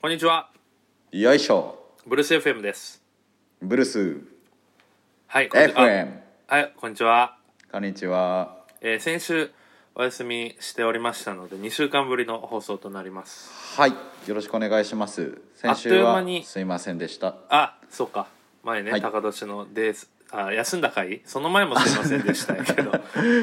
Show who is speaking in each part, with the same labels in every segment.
Speaker 1: こんにちは
Speaker 2: よいしょ
Speaker 1: ブルース FM です
Speaker 2: ブルース
Speaker 1: はいこんにちは
Speaker 2: FM
Speaker 1: はいこんにちは、
Speaker 2: こんにちは
Speaker 1: えー先週お休みしておりましたので2週間ぶりの放送となります
Speaker 2: はいよろしくお願いします先週
Speaker 1: あっという間
Speaker 2: は
Speaker 1: に
Speaker 2: すいませんでした
Speaker 1: あそうか前ね、
Speaker 2: はい
Speaker 1: 高年のデースあ休んだ回その前もすいませんでしたけ ど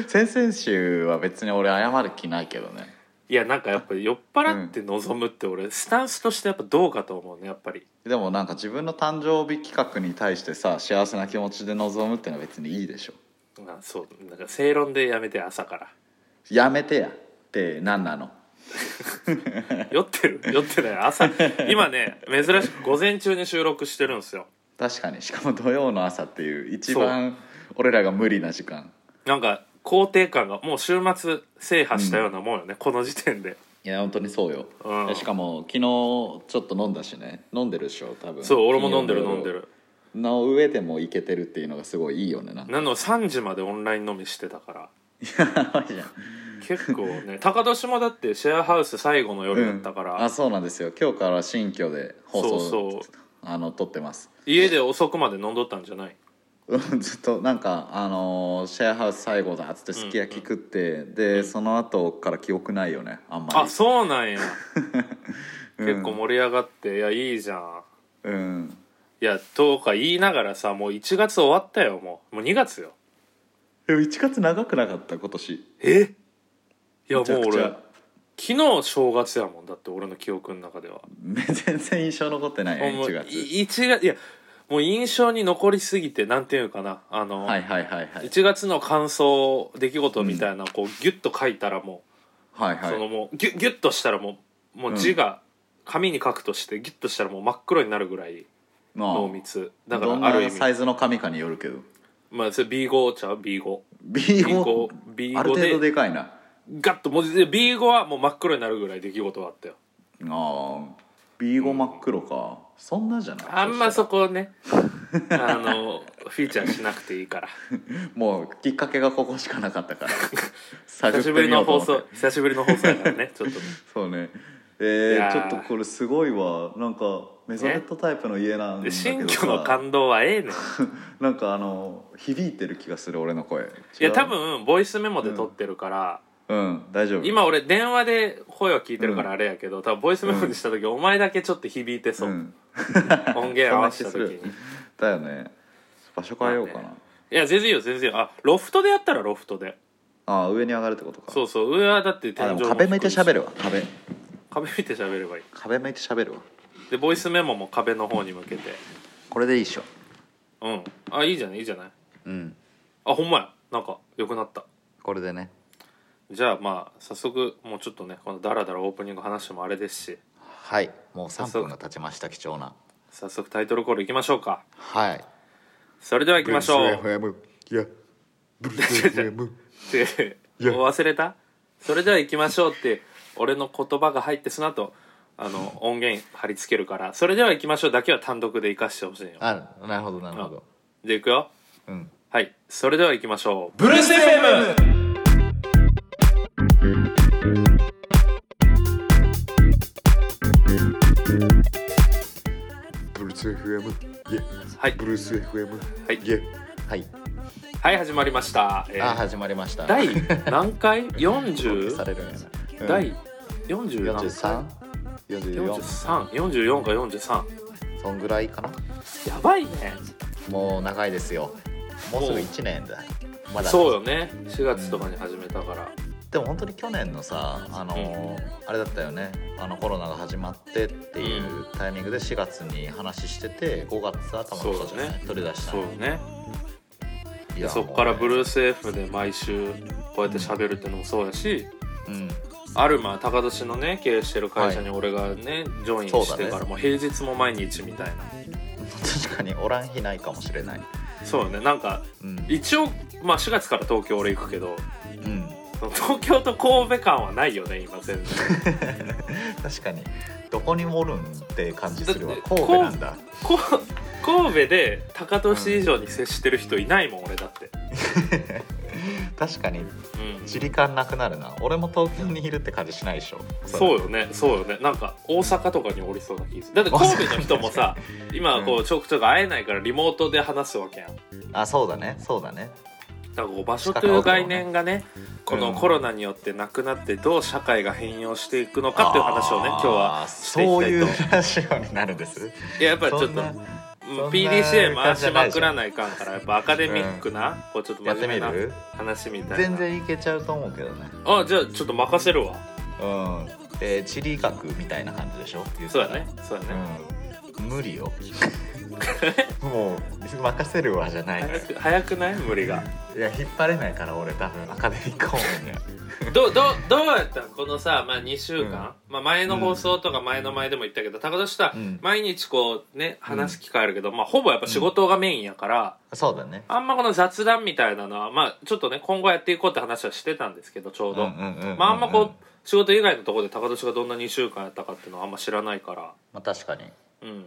Speaker 2: 先々週は別に俺謝る気ないけどね
Speaker 1: いやなんかやっぱり酔っ払って望むって俺、スタンスとしてやっぱどうかと思うねやっぱり
Speaker 2: でもなんか自分の誕生日企画に対してさ幸せな気持ちで臨むってのは別にいいでしょ
Speaker 1: あそうなんか正論でやめて朝から
Speaker 2: やめてやって何なの
Speaker 1: 酔ってる酔ってない朝今ね珍しく午前中に収録してるんですよ
Speaker 2: 確かにしかも土曜の朝っていう一番俺らが無理な時間
Speaker 1: なんか肯定感がもう週末制覇したようなもんよね、この時点で
Speaker 2: いや本当にそうよ、
Speaker 1: うん
Speaker 2: しかも昨日ちょっと飲んだしね飲んでるでしょ多分
Speaker 1: そう俺も飲んでる
Speaker 2: 金曜
Speaker 1: 飲ん
Speaker 2: の
Speaker 1: で
Speaker 2: 夜
Speaker 1: る
Speaker 2: の上でもいけてるっていうのがすごいいいよねなんか
Speaker 1: なので3時までオンライン飲みしてたから
Speaker 2: やばいじゃん
Speaker 1: 結構ね高年もだってシェアハウス最後の夜だったから、
Speaker 2: うんあそうなんですよ今日から新居で放送
Speaker 1: そうそう
Speaker 2: あの撮ってます
Speaker 1: 家で遅くまで飲んどったんじゃない
Speaker 2: うんずっとなんか、あのーシェアハウス最後だっつってすき焼き食って、で、その後から記憶ないよねあんまり
Speaker 1: あそうなんや、
Speaker 2: うん
Speaker 1: 結構盛り上がっていやいいじゃん
Speaker 2: うん
Speaker 1: いやとか言いながらさもう1月終わったよもうもう2月よ
Speaker 2: でも1月長くなかった今年い
Speaker 1: えいやもう俺
Speaker 2: ゃ
Speaker 1: 昨日正月やもんだって俺の記憶の中では
Speaker 2: め全然印象残ってないね
Speaker 1: もう
Speaker 2: 1月
Speaker 1: い1月いやもう印象に残りすぎてなんていうかなあの、
Speaker 2: はいはいはいはい
Speaker 1: 1月の感想出来事みたいなのをこうギュッと書いたらも、
Speaker 2: はいうはい
Speaker 1: そのもうギュッギュッとしたらもうもう字が紙に書くとしてギュッとしたらもう真っ黒になるぐらい
Speaker 2: まあ
Speaker 1: 濃密だか
Speaker 2: どん
Speaker 1: らある意
Speaker 2: なサ
Speaker 1: 味
Speaker 2: イズの紙かによるけど
Speaker 1: まあそれ B5 ちゃう B5
Speaker 2: B5
Speaker 1: B5
Speaker 2: ある程度でかいな
Speaker 1: ガッと文字で B5 はもう真っ黒になるぐらい出来事があったよ
Speaker 2: ああ B5 真っ黒か、そんなじゃない
Speaker 1: あんま
Speaker 2: そ
Speaker 1: そこをねあのフィーチャーしなくていい から
Speaker 2: したらもうきっかけがここしかなかったから
Speaker 1: 久
Speaker 2: 探
Speaker 1: しぶりの放
Speaker 2: ってみ
Speaker 1: 送
Speaker 2: ようと思って
Speaker 1: 久しぶりの放送やからねちょっとね
Speaker 2: そうねえ
Speaker 1: いや
Speaker 2: ー、ちょ
Speaker 1: ー
Speaker 2: っとこれすごいわなんかメゾネットタイプの家なん
Speaker 1: で
Speaker 2: だけどさ
Speaker 1: 新居の感動はええねんい
Speaker 2: なんかあの響いてる気がする俺の声い
Speaker 1: や多分ボイスメモで撮ってるから、
Speaker 2: うん大丈夫
Speaker 1: 今俺電話で声は聞いてるから
Speaker 2: う
Speaker 1: あれやけど多分ボイスメモにした時、お前だけちょっと響いてそう、
Speaker 2: ん、
Speaker 1: 音源合わせた時に
Speaker 2: そんな気するだよね場所変えようかな、
Speaker 1: まあねいや全然いいよ全然いいよあロフトでやったらロフトで
Speaker 2: ああ上に上がるってことか
Speaker 1: そうそう上はだって
Speaker 2: あ
Speaker 1: 天
Speaker 2: で
Speaker 1: 井
Speaker 2: も壁向いて
Speaker 1: る
Speaker 2: 喋るわ壁
Speaker 1: 壁見て喋ればいい
Speaker 2: 壁向いて喋るわ
Speaker 1: でボイスメモも壁の方に向けて
Speaker 2: これでいいっしょ
Speaker 1: うんあいいじゃないいいじゃない
Speaker 2: うん
Speaker 1: あほんまやなんか良くなった
Speaker 2: これでね
Speaker 1: じゃあまあ早速もうちょっとねこのダラダラオープニング話してもあれですし
Speaker 2: はいもう3
Speaker 1: そう
Speaker 2: 分が経ちました貴重な
Speaker 1: 早速タイトルコールいきましょうか
Speaker 2: はい
Speaker 1: それでは行きましょう
Speaker 3: FM いやブルース FM
Speaker 1: って忘れたそれでは行きましょうって俺の言葉が入ってその後あの音源貼り付けるからそれでは行きましょうだけは単独で生かしてほしいよ
Speaker 2: あなるほどなるほど
Speaker 1: じゃあ行くよ
Speaker 2: うん
Speaker 1: はいそれでは行きましょう
Speaker 2: ブルース FM
Speaker 3: ブルース FM いや
Speaker 1: はい
Speaker 3: ブルース FM
Speaker 1: はい
Speaker 3: いや
Speaker 2: はい
Speaker 1: はい始まりました、えー
Speaker 2: あ始まりました
Speaker 1: 第何回
Speaker 2: 消 さ
Speaker 1: 40?
Speaker 2: れるんやなうん
Speaker 1: 第40何回
Speaker 2: 4344
Speaker 1: 4344か43
Speaker 2: そんぐらいかな
Speaker 1: やばいね
Speaker 2: もう長いですよもうすぐ1年だまだ
Speaker 1: そうよね4月とかに始めたから
Speaker 2: でも本当に去年のさあのあれだったよねあのコロナが始まってっていうタイミングで4月に話してて5月頭とかじゃない
Speaker 1: そうだね
Speaker 2: 取り出した
Speaker 1: そう
Speaker 2: の
Speaker 1: よね
Speaker 2: いや
Speaker 1: そっからブル
Speaker 2: も
Speaker 1: ース F で毎週こうやって喋るってのもそうだし
Speaker 2: うね
Speaker 1: アルマ高年のね経営してる会社に俺がね、ジョインし
Speaker 2: そう
Speaker 1: て
Speaker 2: だ
Speaker 1: から
Speaker 2: ね
Speaker 1: もう平日も毎日みたいな
Speaker 2: うん 確かにおらん日ないかもしれない
Speaker 1: そうよねなんか
Speaker 2: うん
Speaker 1: 一応まあ4月から東京俺行くけど
Speaker 2: うん
Speaker 1: その東京と神戸間はないよね今全然
Speaker 2: 確かにどこにもおるんって感じするわ
Speaker 1: だって
Speaker 2: 神戸なんだ
Speaker 1: こ神戸で高年以上に接してる人いないもん俺だって
Speaker 2: 確かに
Speaker 1: うん
Speaker 2: 地理感なくなるな俺も東京にいるって感じしないでしょ
Speaker 1: そう
Speaker 2: よ
Speaker 1: よねそうよねなんか大阪とかにおりそうな気がするだって神戸の人もさ 今はこうちょくちょく会えないからリモートで話すわけやんだか
Speaker 2: あそうだねそうだね
Speaker 1: らこう場所という概念がねこの
Speaker 2: うん
Speaker 1: コロナによってなくなってどう社会が変容していくのかっていう話をね今日はしていき
Speaker 2: そう
Speaker 1: たい
Speaker 2: い
Speaker 1: と
Speaker 2: う話になるんです
Speaker 1: いややっぱりちょっ
Speaker 2: そん
Speaker 1: とう
Speaker 2: な
Speaker 1: ん
Speaker 2: そんな
Speaker 1: PDCA 回しまくらないかんからやっぱアカデミックな、こうちょっと
Speaker 2: やっ
Speaker 1: 真
Speaker 2: て
Speaker 1: 面
Speaker 2: み
Speaker 1: 目な
Speaker 2: る
Speaker 1: 話みたいな
Speaker 2: 全然いけちゃうと思うけどね
Speaker 1: あじゃあちょっと任せるわ
Speaker 2: うんえー地理学みたいな感じでしょ言った
Speaker 1: そう
Speaker 2: ら
Speaker 1: だねそうだね、
Speaker 2: うん 無理よもう任せるわじゃないのよ
Speaker 1: 早く早くない無理が
Speaker 2: いや引っ張れないから俺多分アカデミック方面には
Speaker 1: どうどうどうやったんこのさ、まあ、2週間、まあ、前の放送とか前の前でも言ったけど高田としては
Speaker 2: うん
Speaker 1: 毎日こうね話す機会あるけど、まあ、ほぼやっぱ仕事がメインやから、
Speaker 2: そうだね
Speaker 1: あんまこの雑談みたいなのは、まあ、ちょっとね今後やっていこうって話はしてたんですけどちょうど、まああんまこう、仕事以外のところで高田氏がどんな2週間やったかっていうのはあんま知らないから
Speaker 2: まあ、確かに
Speaker 1: うん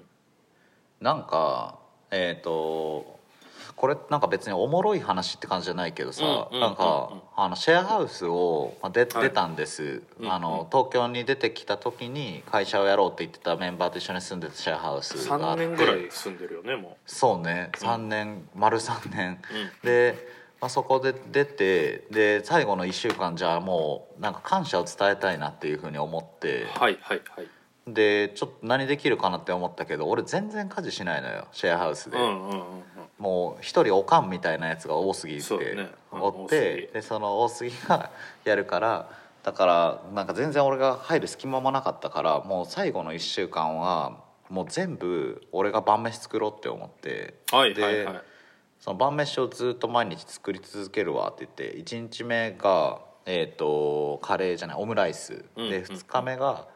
Speaker 2: なんかえっ、とこれなんか別におもろい話って感じじゃないけどさ、
Speaker 1: うんうんうんうん
Speaker 2: なんかあのシェアハウスをまあ
Speaker 1: は
Speaker 2: 出
Speaker 1: い
Speaker 2: 出たんです、
Speaker 1: うん
Speaker 2: あの東京に出てきた時に会社をやろうって言ってたメンバーと一緒に住んでたシェアハウスがあ
Speaker 1: 3年
Speaker 2: って
Speaker 1: ぐらい住んでるよねも
Speaker 2: そうね3年、丸3年、
Speaker 1: う
Speaker 2: で、まあ、そこで出てで最後の1週間じゃあもうなんか感謝を伝えたいなっていうふうに思って
Speaker 1: うはいはいはい
Speaker 2: でちょっと何できるかなって思ったけど俺全然家事しないのよシェアハウスで、
Speaker 1: うんうんうんうん
Speaker 2: もう一人おかんみたいなやつが多すぎて
Speaker 1: そうだねうん
Speaker 2: おっ
Speaker 1: 多すぎ
Speaker 2: てでその多すぎがやるからだからなんか全然俺が入る隙間もなかったからもう最後の1週間はもう全部俺が晩飯作ろうって思って
Speaker 1: はい
Speaker 2: で
Speaker 1: はいはい
Speaker 2: その晩飯をずっと毎日作り続けるわって言って1日目が、えー、とカレーじゃないオムライス、
Speaker 1: うんうん
Speaker 2: で2日目が、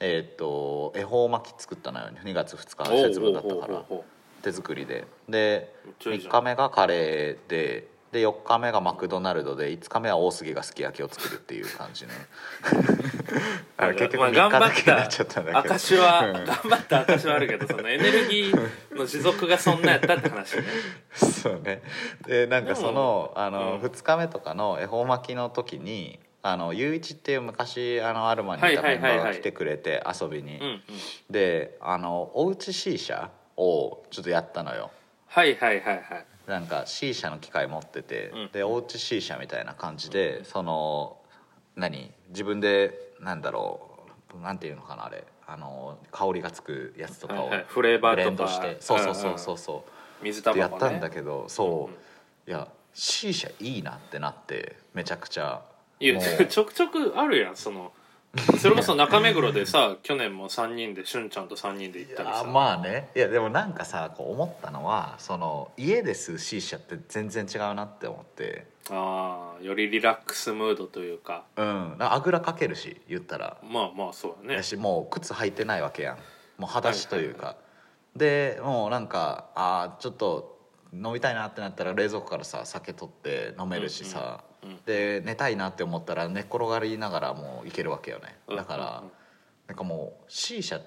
Speaker 2: えー、と恵方巻き作ったのよ2月2日
Speaker 1: おう
Speaker 2: 節分だった
Speaker 1: おう
Speaker 2: か
Speaker 1: おうお
Speaker 2: ら
Speaker 1: うおう
Speaker 2: 手作りでで
Speaker 1: めっちゃいいじ
Speaker 2: 3
Speaker 1: ゃん
Speaker 2: 日目がカレーでで4日目がマクドナルドで5日目は大杉がすき焼きを作るっていう感 じのあれ結局
Speaker 1: まあ
Speaker 2: 3日
Speaker 1: 頑張
Speaker 2: だ
Speaker 1: っ
Speaker 2: けになっちゃったん
Speaker 1: た
Speaker 2: だけど
Speaker 1: 証は頑張った証はあるけどそのエネルギーの持続がそんなやったって話ね
Speaker 2: そうねでなんかその,、あの
Speaker 1: うん
Speaker 2: 2日目とかの恵方巻きの時にあのゆういちっていう昔あのアルマにいた
Speaker 1: はいはい
Speaker 2: メン
Speaker 1: は
Speaker 2: バ
Speaker 1: いはい
Speaker 2: ーが来てくれて遊びに、
Speaker 1: うんうん
Speaker 2: であのおうち C 社をちょっとやったのよ
Speaker 1: はいはいはいはい
Speaker 2: なんか C 社の機械持ってて、
Speaker 1: うん
Speaker 2: でおうち C 社みたいな感じで、その何自分でなんだろうなんていうのかなあれあの香りがつくやつとかを
Speaker 1: はいはいフレーバーとか
Speaker 2: ブレンドしてそうそうそうそうそう、
Speaker 1: 水
Speaker 2: って
Speaker 1: 玉
Speaker 2: やったんだ
Speaker 1: ど
Speaker 2: けどそう、
Speaker 1: うん
Speaker 2: いや C 社いいなってなってめちゃくちゃ
Speaker 1: いや
Speaker 2: もう
Speaker 1: ちょくち ょくあるやんそのそれこそ中目黒で さ去年も3人でしゅんちゃんと3人で行ったり
Speaker 2: あ
Speaker 1: さ
Speaker 2: まあねいやでもなんかさこう思ったのはその家です C 社って全然違うなって思って
Speaker 1: あーよりリラックスムードというか
Speaker 2: うんあぐらかけるし言ったら
Speaker 1: まあまあそうだね
Speaker 2: やしもう靴履いてないわけやんもう裸足というか、でもうなんかあーちょっと飲みたいなってなったら冷蔵庫からさ酒取って飲めるしさ、
Speaker 1: うんうんうん
Speaker 2: で寝たいなって思ったら寝っ転がりながらもういけるわけよね
Speaker 1: うん
Speaker 2: だから、
Speaker 1: うんうん
Speaker 2: なんかもう C 社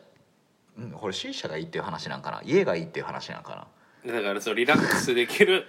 Speaker 2: うんこれ C 社がいいっていう話なんかな家がいいっていう話なんかな
Speaker 1: だからそうリラックスできる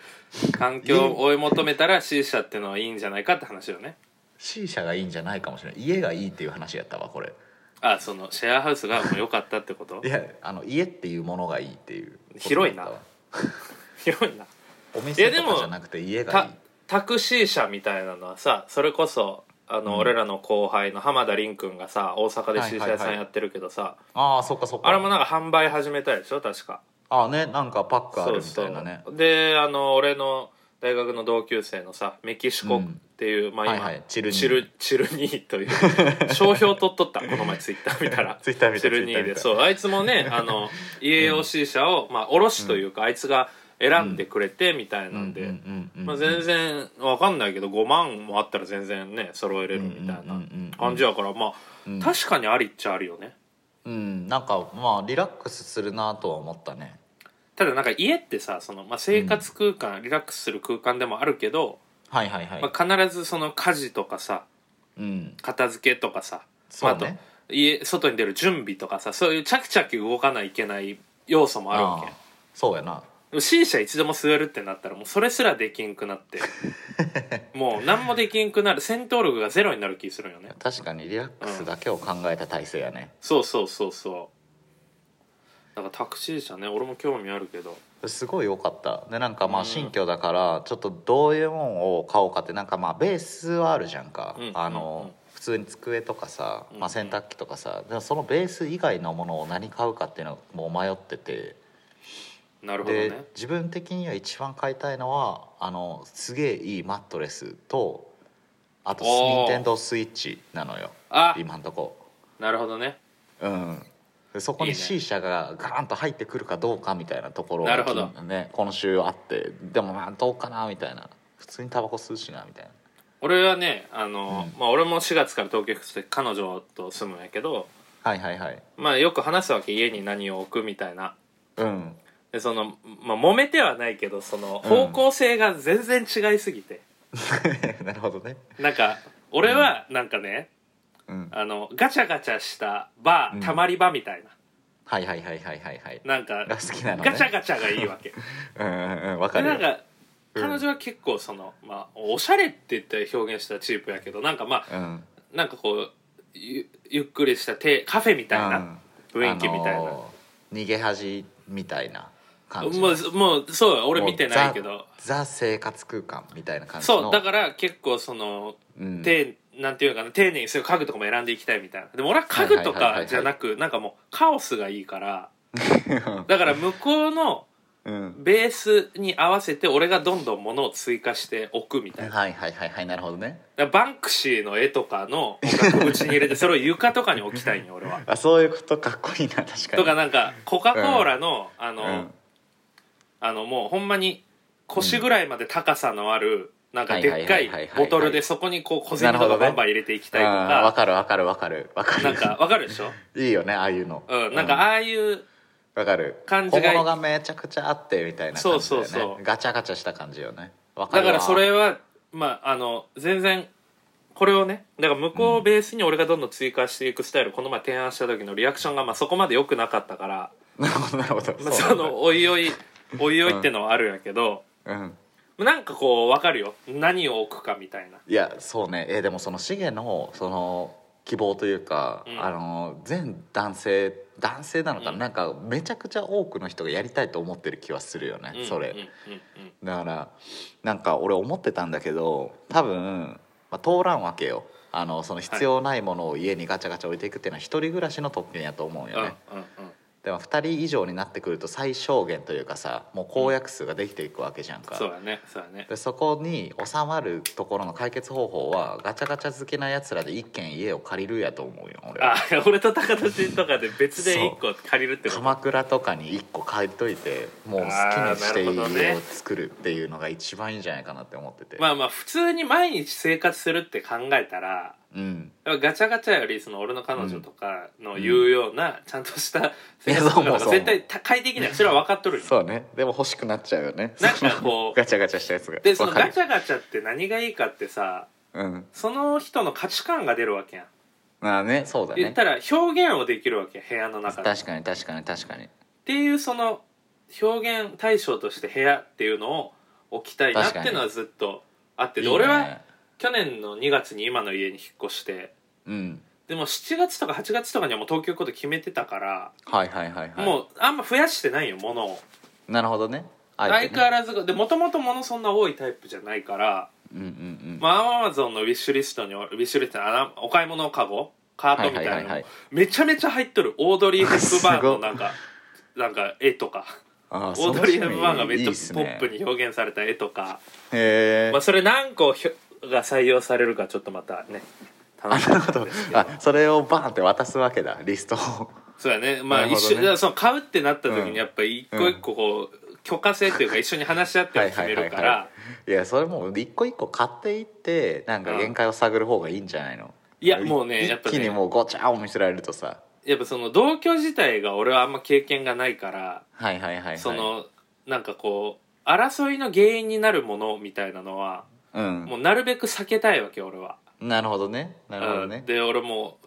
Speaker 1: 環境を追い求めたら C 社ってのはいいんじゃないかって話よね
Speaker 2: C 社がいいんじゃないかもしれない家がいいっていう話やったわこれ
Speaker 1: あそのシェアハウスがもう良かったってこと
Speaker 2: いやあの家っていうものがいいっていう
Speaker 1: 広いな
Speaker 2: ことだったわ
Speaker 1: 広いな
Speaker 2: お
Speaker 1: や
Speaker 2: 店
Speaker 1: で
Speaker 2: と
Speaker 1: も
Speaker 2: かじゃなくて家がい
Speaker 1: タ
Speaker 2: い
Speaker 1: タクシー車みたいなのはさそれこそあの、
Speaker 2: うん
Speaker 1: 俺らの後輩の浜田凛君がさ大阪で
Speaker 2: はいはいはい
Speaker 1: C 社屋さんやってるけどさ、
Speaker 2: ああそっかそっか
Speaker 1: あれもなんか販売始めたでしょ確か
Speaker 2: ああねなんかパックあるみた
Speaker 1: そ
Speaker 2: いなね
Speaker 1: うそうであの俺の大学の同級生のさメキシコっていう、まあ今、
Speaker 2: はいはいチルニー
Speaker 1: チルチルニーという 商標取っとったこの前ツイッター見た ら
Speaker 2: Twitter 見た
Speaker 1: チルニー
Speaker 2: Twitter 見
Speaker 1: で
Speaker 2: た
Speaker 1: そうあいつもねあの家用 C 社を、まあ、卸しというか、あいつが選んでくれてみたいなんで、
Speaker 2: うんうんうん
Speaker 1: まあ、全然わかんないけど5万もあったら全然ね揃えれるみたい
Speaker 2: うんう
Speaker 1: なん
Speaker 2: うんうん
Speaker 1: 感じやからま
Speaker 2: うん
Speaker 1: あ確かにありっちゃあるよね
Speaker 2: うんなんかまあリラックスするなとは思ったね
Speaker 1: ただなんか家ってさその、まあ、生活空間、リラックスする空間でもあるけど、
Speaker 2: はいはいはい、
Speaker 1: まあ、必ずその家事とかさ
Speaker 2: うん
Speaker 1: 片付けとかさ、
Speaker 2: そう
Speaker 1: まあ、あ
Speaker 2: ね
Speaker 1: と家外に出る準備とかさそういうチャキチャキ動かないといけない要素もあるわけ
Speaker 2: ああそうやな
Speaker 1: も C 社一度も座るってなったらもうそれすらできんくなって もう何もできんくなる戦闘力がゼロになる気するよね
Speaker 2: 確かにリラックスだけを考えた体制やね、
Speaker 1: そうそうそうそうなんかタクシー車ね俺も興味あるけど
Speaker 2: すごい良かったでなんかま
Speaker 1: う
Speaker 2: あ
Speaker 1: ん
Speaker 2: 新居だからちょっとどういうもんを買おうかってなんかまあベースはあるじゃんか、
Speaker 1: うん
Speaker 2: あ
Speaker 1: うんうん
Speaker 2: の普通に机とかさ、
Speaker 1: うん
Speaker 2: まあ、洗濯機とかさでもそのベース以外のものを何買うかっていうのも迷ってて、
Speaker 1: なるほど
Speaker 2: で
Speaker 1: ね
Speaker 2: 自分的には一番買いたいのはあのすげえいいマットレスとあと
Speaker 1: おー
Speaker 2: 任天堂スイッチなのよ
Speaker 1: あ
Speaker 2: 今んとこ
Speaker 1: なるほどね
Speaker 2: うんでそこ
Speaker 1: いい
Speaker 2: に
Speaker 1: ね
Speaker 2: C 社がガランと入ってくるかどうかみたいなところが
Speaker 1: なるほど
Speaker 2: ね、今週あってでもまあどうかなみたいな普通にタバコ吸うしなみたいな
Speaker 1: 俺はねあの、
Speaker 2: う
Speaker 1: まあ、俺も4月から東京来て彼女と住むんやけど
Speaker 2: はいはいはい
Speaker 1: まあよく話すわけ家に何を置くみたいな
Speaker 2: うん
Speaker 1: でその、まあ、揉めてはないけどその方向性が全然違いすぎて、
Speaker 2: なるほどね
Speaker 1: なんか俺はなんかね、
Speaker 2: うん
Speaker 1: あのガチャガチャしたバー
Speaker 2: うん
Speaker 1: たまり場みたいな、
Speaker 2: はいはいはいはいはいはい
Speaker 1: なんか
Speaker 2: が好きなのね
Speaker 1: ガチャガチャがいいわけ
Speaker 2: うんうんうんわか
Speaker 1: でな
Speaker 2: る
Speaker 1: ん
Speaker 2: よ
Speaker 1: か彼女は結構その、まあ、おしゃれって言って表現したらチープやけどなんかまあ
Speaker 2: うん
Speaker 1: なんかこうゆゆっくりしたてカフェみたいな雰囲気みたいな、
Speaker 2: あのー逃げ恥みたいな感じ
Speaker 1: もうもうそう俺見てないけ
Speaker 2: もう
Speaker 1: ど
Speaker 2: ザザ生活空間みたいな感じの
Speaker 1: そうだから結構その
Speaker 2: うん
Speaker 1: てなんていうのかな丁寧にそういう家具とかも選んでいきたいみたいなでも俺は家具と
Speaker 2: はいはいはいは
Speaker 1: か
Speaker 2: い
Speaker 1: じゃなくなんかもうカオスがいいからだから向こうの
Speaker 2: うん
Speaker 1: ベースに合わせて俺がどんどん物を追加しておくみたいな
Speaker 2: はいはいはいはいなるほどね
Speaker 1: だからバンクシーの絵とかの額縁に入れてそれを床とかに置きた
Speaker 2: 。
Speaker 1: いんよ俺は
Speaker 2: あそういうことかっこいいな確かに
Speaker 1: とかなんかコカ・コーラのあ
Speaker 2: う
Speaker 1: の、
Speaker 2: ん
Speaker 1: あのもうほんまに腰ぐらいまで高さのある、なんかでっか
Speaker 2: はいはいはいはい
Speaker 1: い
Speaker 2: はい
Speaker 1: ボトルでそこにこう小銭と
Speaker 2: なるほ
Speaker 1: か
Speaker 2: どね
Speaker 1: バンバン入れていきたいと
Speaker 2: あーわ
Speaker 1: か、
Speaker 2: かるわかるわかるわかる
Speaker 1: なんかわかるでしょ、
Speaker 2: いいよねああいうの
Speaker 1: うん、なんかああいう
Speaker 2: わかる
Speaker 1: 感じが
Speaker 2: 小物がめちゃくちゃあってみたいな感じだよね
Speaker 1: そうそうそう
Speaker 2: ガチャガチャした感じよねわか
Speaker 1: だ
Speaker 2: るわ
Speaker 1: からそれはまああの全然これをねだから向こうをベースに俺がどんどん追加していくスタイルをこの前提案した時のリアクションがまあそこまで良くなかったから、
Speaker 2: なるほどなるほど
Speaker 1: まあ、
Speaker 2: う
Speaker 1: そのおいおいおいおいってのはあるんやけど、
Speaker 2: うん
Speaker 1: なんかこうわかるよ何を置くかみたいない
Speaker 2: やそうねえーでもそのシゲのその希望というか、
Speaker 1: うん
Speaker 2: あの全男性男性なのかな,、
Speaker 1: うん
Speaker 2: なんかめちゃくちゃ多くの人がやりたいと思ってる気はするよね、
Speaker 1: うん
Speaker 2: それ、
Speaker 1: うんうんうん
Speaker 2: だからなんか俺思ってたんだけど多分、まあ、通らんわけよあのその必要ないものを家にガチャガチャ置いていくっていうのは一人暮らしの特権やと思うよね、
Speaker 1: うんうんうん
Speaker 2: でも2人以上になってくると最小限というかさもう公約数ができていくわけじゃんか、
Speaker 1: そうやねそうやね
Speaker 2: でそこに収まるところの解決方法はガチャガチャ好きなやつらで一軒家を借りるやと思うよ俺は
Speaker 1: あ俺と高田氏とかで別で1個借りるってこと
Speaker 2: 鎌倉とかに一個借りといてもう好きにしていい家を作るっていうのが一番いいんじゃないかなって思ってて、
Speaker 1: まあまあ普通に毎日生活するって考えたら
Speaker 2: うん
Speaker 1: やっぱガチャガチャよりその俺の彼女とかの言うようなちゃんとした生活とかの方が絶対高い的なそれは分かっとるよ
Speaker 2: そうねでも欲しくなっちゃうよね
Speaker 1: なんかこう
Speaker 2: ガチャガチャしたやつが
Speaker 1: でその
Speaker 2: わかる
Speaker 1: ガチャガチャって何がいいかってさ
Speaker 2: うん
Speaker 1: その人の価値観が出るわけやん
Speaker 2: まあねそうだ
Speaker 1: 言っ
Speaker 2: ね
Speaker 1: たら表現をできるわけや部屋の中でっ
Speaker 2: 確かに確かに確かに
Speaker 1: ていうその表現対象として部屋っていうのを置きたいなっていうのはずっとあって
Speaker 2: いい
Speaker 1: で
Speaker 2: ね
Speaker 1: 俺は去年の2月に今の家に引っ越して
Speaker 2: うん
Speaker 1: でも7月とか8月とかにはもう東京行くこと決めてたから、
Speaker 2: はいはいはいはい
Speaker 1: もうあんま増やしてないよ物を、
Speaker 2: なるほどねあえ
Speaker 1: 相
Speaker 2: て
Speaker 1: 変わらずでもともと物そんな多いタイプじゃないから
Speaker 2: うんうんうん
Speaker 1: まあアマゾンのウィッシュリストにウィッシュリストのあのお買い物カゴカートみたいなの、
Speaker 2: はいはいはいはい
Speaker 1: めちゃめちゃ入っとるオードリー・ヘップバーン
Speaker 2: すご
Speaker 1: の
Speaker 2: い
Speaker 1: なんかなんか絵とか
Speaker 2: あ
Speaker 1: オードリー・ヘップバーンがめっちゃ
Speaker 2: ポ
Speaker 1: ポップに表現された絵とか、
Speaker 2: へえ
Speaker 1: まあ、それ何個ひょが採用されるかちょっとまたね楽し
Speaker 2: なる
Speaker 1: み
Speaker 2: ほど
Speaker 1: ですけど
Speaker 2: あそれをバーンって渡すわけだリス トを
Speaker 1: そうだねまあ
Speaker 2: なるほ
Speaker 1: 一緒
Speaker 2: どね
Speaker 1: だからその買うってなった時
Speaker 2: うん
Speaker 1: にやっぱり一個一個こう、許可制っていうか一緒に話し合って決めるから、
Speaker 2: いやそれもう一個一個買っていってなんか限界を探る方がいいんじゃないの
Speaker 1: いやもうねやっぱ
Speaker 2: 一気に
Speaker 1: ね
Speaker 2: もうごちゃを見せられるとさ
Speaker 1: やっぱその同居自体が俺はあんま経験がないから、
Speaker 2: はいはいはいはい
Speaker 1: そのなんかこう争いの原因になるものみたいなのは
Speaker 2: うん
Speaker 1: もうなるべく避けたいわけ俺は。
Speaker 2: なるほどねなるほど
Speaker 1: う
Speaker 2: ね
Speaker 1: んで俺も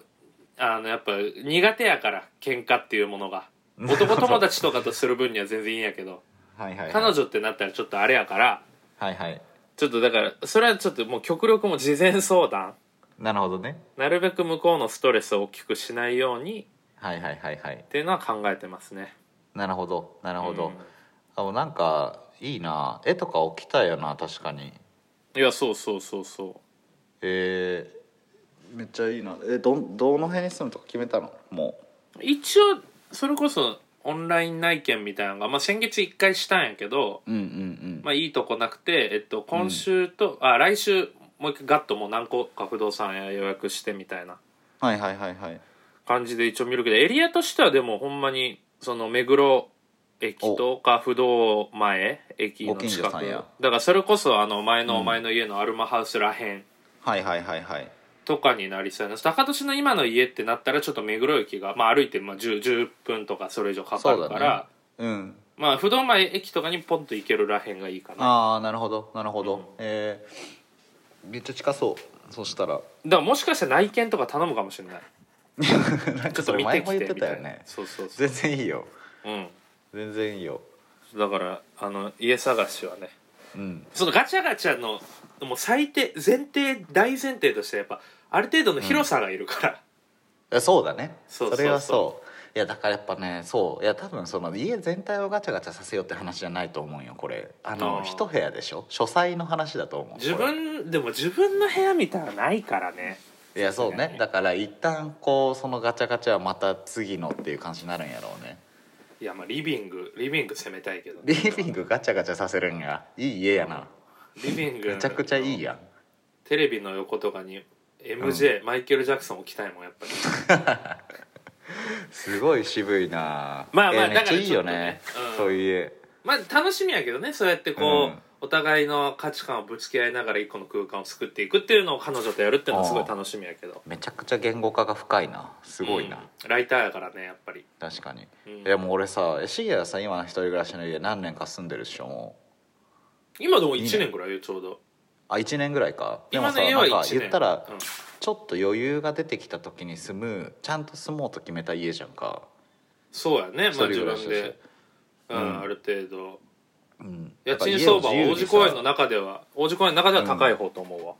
Speaker 1: あのやっぱ苦手やから喧嘩っていうものが男友達とかとする分には全然いいんやけど
Speaker 2: はいはい
Speaker 1: 彼女ってなったらちょっとあれやから
Speaker 2: はいはい
Speaker 1: ちょっとだからそれはちょっともう極力もう事前相談
Speaker 2: なるほどね
Speaker 1: なるべく向こうのストレスを大きくしないように
Speaker 2: はいはいはいはい
Speaker 1: っていうのは考えてますね
Speaker 2: なるほどなるほど、
Speaker 1: うん
Speaker 2: あもうなんかいいな絵とか置きたいよな確かに
Speaker 1: いやそうそうそうそ
Speaker 2: えー、めっちゃいいなえどどの辺に住むとか決めたのも
Speaker 1: う一応それこそオンライン内見みたいなのが、まあ、先月一回したんやけど、
Speaker 2: ううんうんうん、
Speaker 1: まあ、いいとこなくて、えっと、今週と、あ来週もう一回ガッともう何個か不動産屋予約してみたいな
Speaker 2: はいはいはいはい
Speaker 1: 感じで一応見るけどエリアとしてはでもほんまにその目黒駅とか不動前駅の
Speaker 2: ご近
Speaker 1: 近く
Speaker 2: 所さんや
Speaker 1: だからそれこそあの前のお前の家のアルマハウスらへん
Speaker 2: はいはいはいはい
Speaker 1: とかになりそうやな高年の今の家ってなったらちょっと目黒駅が、まあ、歩いてまあ 10, 10分とかそれ以上かかる
Speaker 2: そ
Speaker 1: か
Speaker 2: うだ
Speaker 1: ら
Speaker 2: ね、うん
Speaker 1: まあ不動前駅とかにポンと行けるらへんがいいかな
Speaker 2: ああなるほどなるほど、えー、めっちゃ近そうそしたら
Speaker 1: だからもしかしたら内見とか頼むかもしれない ちょ
Speaker 2: なんか
Speaker 1: っと
Speaker 2: それ
Speaker 1: 見
Speaker 2: 前
Speaker 1: て
Speaker 2: も
Speaker 1: き
Speaker 2: 言ってて
Speaker 1: み
Speaker 2: た
Speaker 1: た
Speaker 2: よ
Speaker 1: いな
Speaker 2: ね
Speaker 1: そうそうそう
Speaker 2: 全然いいよ
Speaker 1: うん
Speaker 2: 全然いいよ
Speaker 1: だからあの家探しはね
Speaker 2: うん
Speaker 1: そのガチャガチャのもう最低前提大前提としてやっぱある程度の広さがいるから、
Speaker 2: いやそうだね
Speaker 1: そう
Speaker 2: それは
Speaker 1: そう
Speaker 2: そういやだからやっぱねそういや多分その家全体をガチャガチャさせようって話じゃないと思うよこれあの
Speaker 1: あー
Speaker 2: 一部屋でしょ書斎の話だと思う
Speaker 1: 自
Speaker 2: これ
Speaker 1: 分でも自分の部屋みたいなのないからね
Speaker 2: いやそうねだから一旦こうそのガチャガチャはまた次のっていう感じになるんやろうね
Speaker 1: いやまあリビングリビング攻めたいけど
Speaker 2: リビングガチャガチャさせるんやいい家やな
Speaker 1: リビング
Speaker 2: めちゃくちゃいいやん
Speaker 1: テレビの横とかに MJ、マイケル・ジャクソン置きたいもんやっぱり
Speaker 2: すごい渋いな
Speaker 1: まあまあ
Speaker 2: いやめっちゃいいよね
Speaker 1: だからちょっとねうん
Speaker 2: そういう家
Speaker 1: まあ楽しみやけどねそうやってこう、
Speaker 2: うん
Speaker 1: お互いの価値観をぶつけ合いながら一個の空間を作っていくっていうのを彼女とやるっていうのはすごい楽しみやけど
Speaker 2: めちゃくちゃ言語化が深いなす
Speaker 1: す
Speaker 2: ごいな、
Speaker 1: ライターやからねやっぱり、
Speaker 2: 確かに
Speaker 1: うん
Speaker 2: いやもう俺さえシゲはさ今の一人暮らしの家何年か住んでるっしょもう
Speaker 1: 今でも1年ぐらいよちょうど
Speaker 2: あ1年ぐらいかでも
Speaker 1: 今
Speaker 2: さ
Speaker 1: の家
Speaker 2: な
Speaker 1: は1
Speaker 2: んか
Speaker 1: 年
Speaker 2: 言ったら
Speaker 1: うん
Speaker 2: ちょっと余裕が出てきた時に住むちゃんと住もうと決めた家じゃんか
Speaker 1: そうやねまあ
Speaker 2: 一
Speaker 1: 自
Speaker 2: 人暮ら
Speaker 1: 分
Speaker 2: しだし
Speaker 1: で、うん
Speaker 2: うん
Speaker 1: ある程度
Speaker 2: うん
Speaker 1: 家賃
Speaker 2: だから家
Speaker 1: 相
Speaker 2: を
Speaker 1: 場は
Speaker 2: 自由
Speaker 1: 王
Speaker 2: にさ
Speaker 1: 子公園の中では王子公園の中では高い方と思うわ、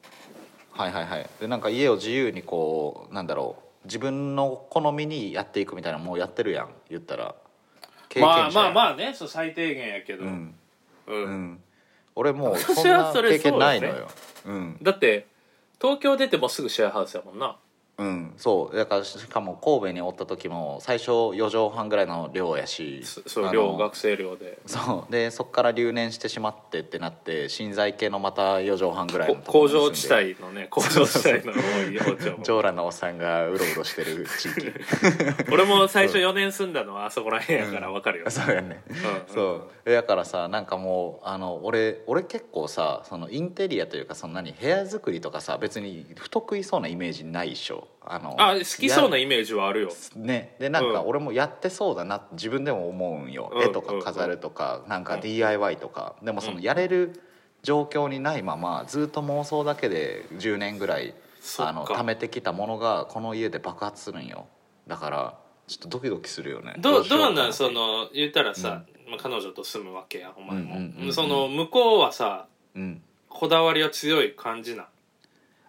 Speaker 2: はいはいはいでなんか家を自由にこうなんだろう自分の好みにやっていくみたいなのもうやってるやん言ったら経験
Speaker 1: まあ
Speaker 2: 者
Speaker 1: まあ
Speaker 2: あ
Speaker 1: まあねそう最低限やけど、
Speaker 2: うん
Speaker 1: うん
Speaker 2: うん俺もうそん
Speaker 1: 私は
Speaker 2: な
Speaker 1: それそ
Speaker 2: 経
Speaker 1: う
Speaker 2: 験
Speaker 1: だ
Speaker 2: な
Speaker 1: ね
Speaker 2: いのようん
Speaker 1: だって東京出てもすぐシェアハウスやもんな
Speaker 2: うん、そうだからしかも神戸におった時も最初4畳半ぐらいの寮やし
Speaker 1: そそ
Speaker 2: あ
Speaker 1: う
Speaker 2: の
Speaker 1: 寮学生寮で
Speaker 2: そうでそっから留年してしまってってなって新材系のまた4畳半ぐらい
Speaker 1: こ
Speaker 2: のと
Speaker 1: 工
Speaker 2: ころに住ん
Speaker 1: 場
Speaker 2: で
Speaker 1: 地帯のね工場地帯の多い包丁も
Speaker 2: 上羅のおっさんがうろうろしてる 地域
Speaker 1: 俺も最初4年住んだのはあそこら辺やから分かるよ、うん
Speaker 2: そうやねそうえだからさなんかもうあの俺俺結構さそのインテリアというかそんなに部屋作りとかさ別に不得意そうなイメージないでしょあの
Speaker 1: あ好きそうなイメージはあるよ
Speaker 2: ねでなんか
Speaker 1: うん
Speaker 2: 俺もやってそうだなって自分でも思うんよ、
Speaker 1: うん
Speaker 2: 絵とか飾るとか、なんか DIY とか、でもその
Speaker 1: うん
Speaker 2: やれる状況にないままずっと妄想だけで10年ぐらい
Speaker 1: そっ
Speaker 2: あ
Speaker 1: か
Speaker 2: の貯めてきたものがこの家で爆発するんよだからちょっとドキドキするよね
Speaker 1: どう
Speaker 2: しよ
Speaker 1: どう
Speaker 2: か
Speaker 1: なんその言ったらさ、まあ、彼女と住むわけやお前も、
Speaker 2: うんうんうんうん
Speaker 1: その向こうはさ
Speaker 2: うん
Speaker 1: こだわりは強い感じなん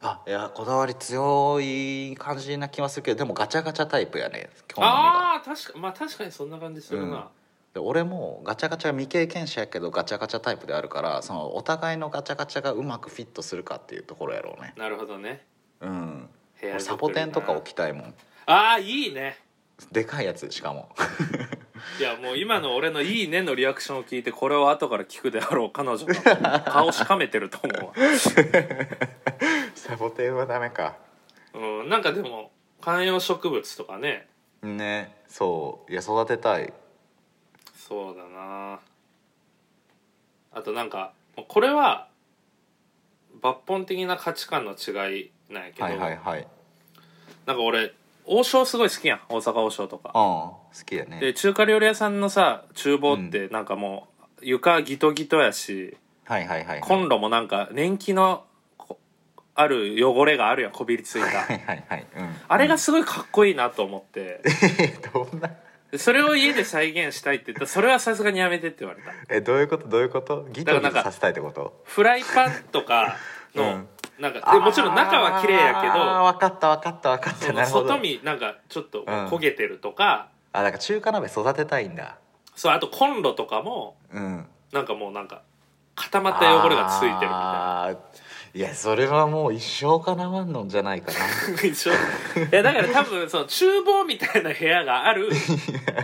Speaker 2: あいやこだわり強い感じな気はするけどでもガチャガチャタイプやね好みが
Speaker 1: ああ確かまあ確かにそんな感じするな、
Speaker 2: で俺もガチャガチャ未経験者やけどガチャガチャタイプであるからそのお互いのガチャガチャがうまくフィットするかっていうところやろうね
Speaker 1: なるほどね
Speaker 2: うん
Speaker 1: 部屋作り
Speaker 2: 俺
Speaker 1: な
Speaker 2: サボテンとか置きたいもん
Speaker 1: ああいいね
Speaker 2: でかいやつしかも
Speaker 1: いやもう今の俺の「いいね」のリアクションを聞いてこれを後から聞くであろう彼女の顔しかめてると思うわ
Speaker 2: サボテンはダメか
Speaker 1: うん、なんかでも観葉植物とかね
Speaker 2: ねそういや育てたい
Speaker 1: そうだなあとなんかもうこれは抜本的な価値観の違いなんやけど、
Speaker 2: はいはいはいうん
Speaker 1: なんか俺王将すごい好きやん大阪王将とか
Speaker 2: 好きやね
Speaker 1: で中華料理屋さんのさ厨房ってなんかもう床ギトギトやし
Speaker 2: はいはいはい
Speaker 1: コンロもなんか年季のこある汚れがあるやんこびりつい
Speaker 2: は
Speaker 1: た
Speaker 2: いはいはいうん
Speaker 1: あれがすごいかっこいいなと思って
Speaker 2: えどんな
Speaker 1: でそれを家で再現したいって言ったらそれはさすがにやめてって言われた
Speaker 2: えどういうことどういうことギトギトさせたいってこと
Speaker 1: フライパンとかの、
Speaker 2: うん
Speaker 1: なんかでもちろん中は綺麗や
Speaker 2: 分かった分かった分かっ
Speaker 1: けど
Speaker 2: た
Speaker 1: その
Speaker 2: なるほど
Speaker 1: 外身なんかちょっと
Speaker 2: うん
Speaker 1: 焦げてるとか、
Speaker 2: あだから中華鍋育てたいんだ
Speaker 1: そうあとコンロとかも
Speaker 2: うん
Speaker 1: なんかもうなんか固まった汚れがついてるみたいな
Speaker 2: あーいやそれはもう一生かなわんのんじゃない か
Speaker 1: 一緒いやだから多分その厨房みたいな部屋がある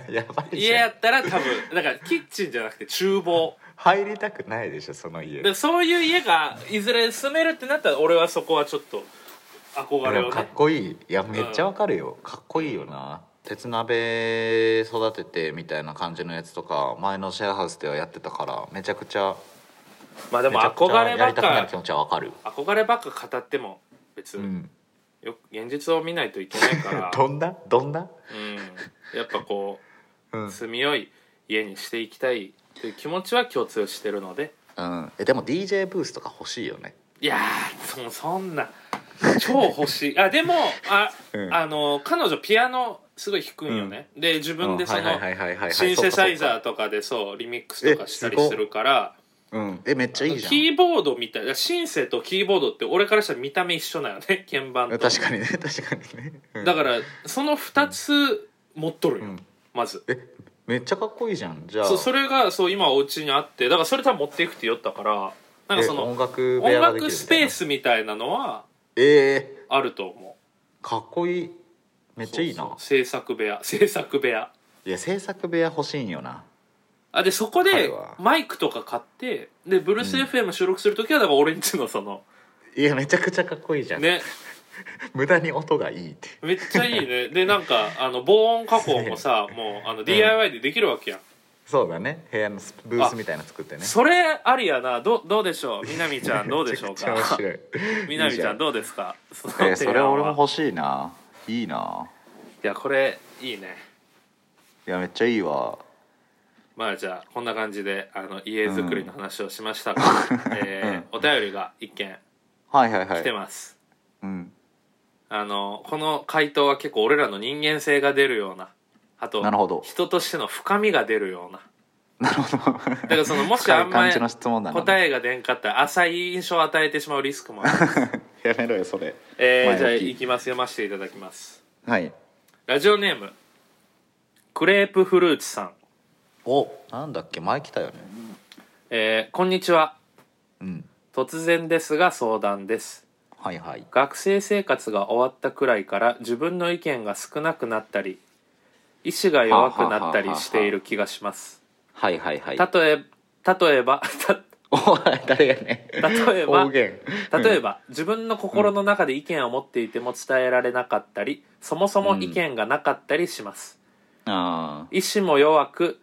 Speaker 2: なやばい
Speaker 1: 家
Speaker 2: じゃ
Speaker 1: や
Speaker 2: ん
Speaker 1: ったら多 分だからキッチンじゃなくて厨房
Speaker 2: 入りたくないでしょその家
Speaker 1: でそういう家がいずれ住めるってなったら俺はそこはちょっと憧れ
Speaker 2: でも
Speaker 1: を
Speaker 2: かっ
Speaker 1: ね
Speaker 2: こいいいやめっちゃわかるよ、かっこいいよな鉄鍋育ててみたいな感じのやつとか前のシェアハウスではやってたからめちゃくちゃ
Speaker 1: まあで
Speaker 2: めち
Speaker 1: も
Speaker 2: ゃくちゃ
Speaker 1: 憧れ
Speaker 2: や
Speaker 1: ば
Speaker 2: り
Speaker 1: った
Speaker 2: くなる気
Speaker 1: か
Speaker 2: 持ちはわかる
Speaker 1: 憧ればっか語っても別
Speaker 2: う
Speaker 1: に
Speaker 2: ん、
Speaker 1: よく現実を見ないといけないから
Speaker 2: どんなどん
Speaker 1: う
Speaker 2: な
Speaker 1: ん、やっぱこ
Speaker 2: うん、う
Speaker 1: う住みよい家にしていきたいという気持ちは共通してるので
Speaker 2: ん、えでも DJ ブースとか欲しいよね
Speaker 1: いやーそそんな超欲しいあでもあ、
Speaker 2: うん
Speaker 1: あの彼女ピアノすごい弾くんよね、で自分でそのシンセサイザーとかでそうリミックスとかしたりするから
Speaker 2: ーうんえめっちゃいいじゃん
Speaker 1: キーボードみたいなシンセとキーボードって俺からしたら見た目一緒なよね 鍵盤と
Speaker 2: 確かにね 確かにね、うん
Speaker 1: だからその2つ持っとるよ、
Speaker 2: うん
Speaker 1: まず
Speaker 2: えめっちゃかっこいいじゃんじゃあ
Speaker 1: そうそれがそう今お家にあってだからそれ多分持っていくって言ったからなんかそ
Speaker 2: え
Speaker 1: の
Speaker 2: 音楽部
Speaker 1: 音
Speaker 2: 屋ができる
Speaker 1: 楽スペースみたいなのは
Speaker 2: ええ
Speaker 1: あると思
Speaker 2: ー、かっこいいめ
Speaker 1: う
Speaker 2: っちゃいいな
Speaker 1: そうそう制作部屋 制作部屋
Speaker 2: いや制作部屋欲しいんよな
Speaker 1: あでそこ
Speaker 2: 彼
Speaker 1: で
Speaker 2: は
Speaker 1: マイクとか買ってでブルース
Speaker 2: うん
Speaker 1: FM 収録する時はだから俺んちのその
Speaker 2: いやめちゃくちゃかっこいいじゃん、
Speaker 1: ね
Speaker 2: 無駄に音がいいって
Speaker 1: めっちゃいい ねでなんかあの防音加工もさもうあの DIY でできるわけやん、
Speaker 2: そうだね部屋のスブースみたいなの作ってね
Speaker 1: それありやなどどうでしょうみなみちゃんどうでしょう
Speaker 2: めちゃく
Speaker 1: か
Speaker 2: ちゃ面白 い
Speaker 1: みなみちゃん
Speaker 2: う
Speaker 1: どうですかその
Speaker 2: えーそ れ俺
Speaker 1: い
Speaker 2: も欲しいないいな
Speaker 1: やこれいいね
Speaker 2: いやめっちゃいいわ
Speaker 1: まあじゃあこんな感じであの家づくりの話をしましたが、えーお便りが一件
Speaker 2: はいはいは
Speaker 1: 来て
Speaker 2: い、
Speaker 1: ます、
Speaker 2: うん、
Speaker 1: あのこの回答は結構俺らの人間性が出るようなあと
Speaker 2: なるほど
Speaker 1: 人としての深みが出るような
Speaker 2: なるほど
Speaker 1: だからそのもしあ
Speaker 2: 深
Speaker 1: ん
Speaker 2: い
Speaker 1: ま
Speaker 2: 感
Speaker 1: り
Speaker 2: じの質問だな
Speaker 1: 答えが出んかったら浅い印象を与えてしまうリスクもあ る、
Speaker 2: やめろよそれ
Speaker 1: えー
Speaker 2: 前置き
Speaker 1: じゃあいきます読ませていただきます
Speaker 2: はい
Speaker 1: ラジオネームクレープフルーツさん、
Speaker 2: おなんだっけ前来たよね
Speaker 1: えーこんにちは
Speaker 2: うん
Speaker 1: 突然ですが相談です
Speaker 2: はいはい
Speaker 1: 学生生活が終わったくらいから自分の意見が少なくなったり意志が弱くなったりしている気がします
Speaker 2: はいはいはい
Speaker 1: 例え例えば
Speaker 2: おい誰やね
Speaker 1: た例えば
Speaker 2: 方言
Speaker 1: 例えば自分の心の中で意見を持っていても伝えられなかったりそもそも意見がなかったりします、
Speaker 2: あ
Speaker 1: 意志も弱く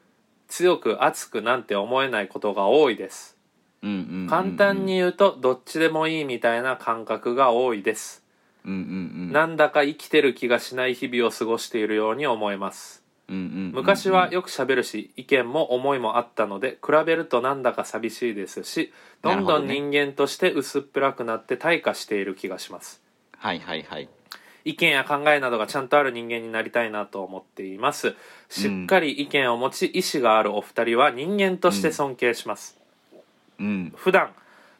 Speaker 1: 強く熱くなんて思えないことが多いです
Speaker 2: ーうんうんうん
Speaker 1: 簡単に言うとどっちでもいいみたいな感覚が多いです
Speaker 2: うんうんうん
Speaker 1: なんだか生きてる気がしない日々を過ごしているように思えます
Speaker 2: うんうんうんうん
Speaker 1: 昔はよく喋るし意見も思いもあったので比べるとなんだか寂しいですしどんどん
Speaker 2: なる
Speaker 1: 人間として薄っぺらくなって退化している気がします
Speaker 2: はいはいはい
Speaker 1: 意見や考えなどがちゃんとある人間になりたいなと思っていますしっかり意見を持ち意志があるお二人は人間として尊敬します、
Speaker 2: うん
Speaker 1: 普段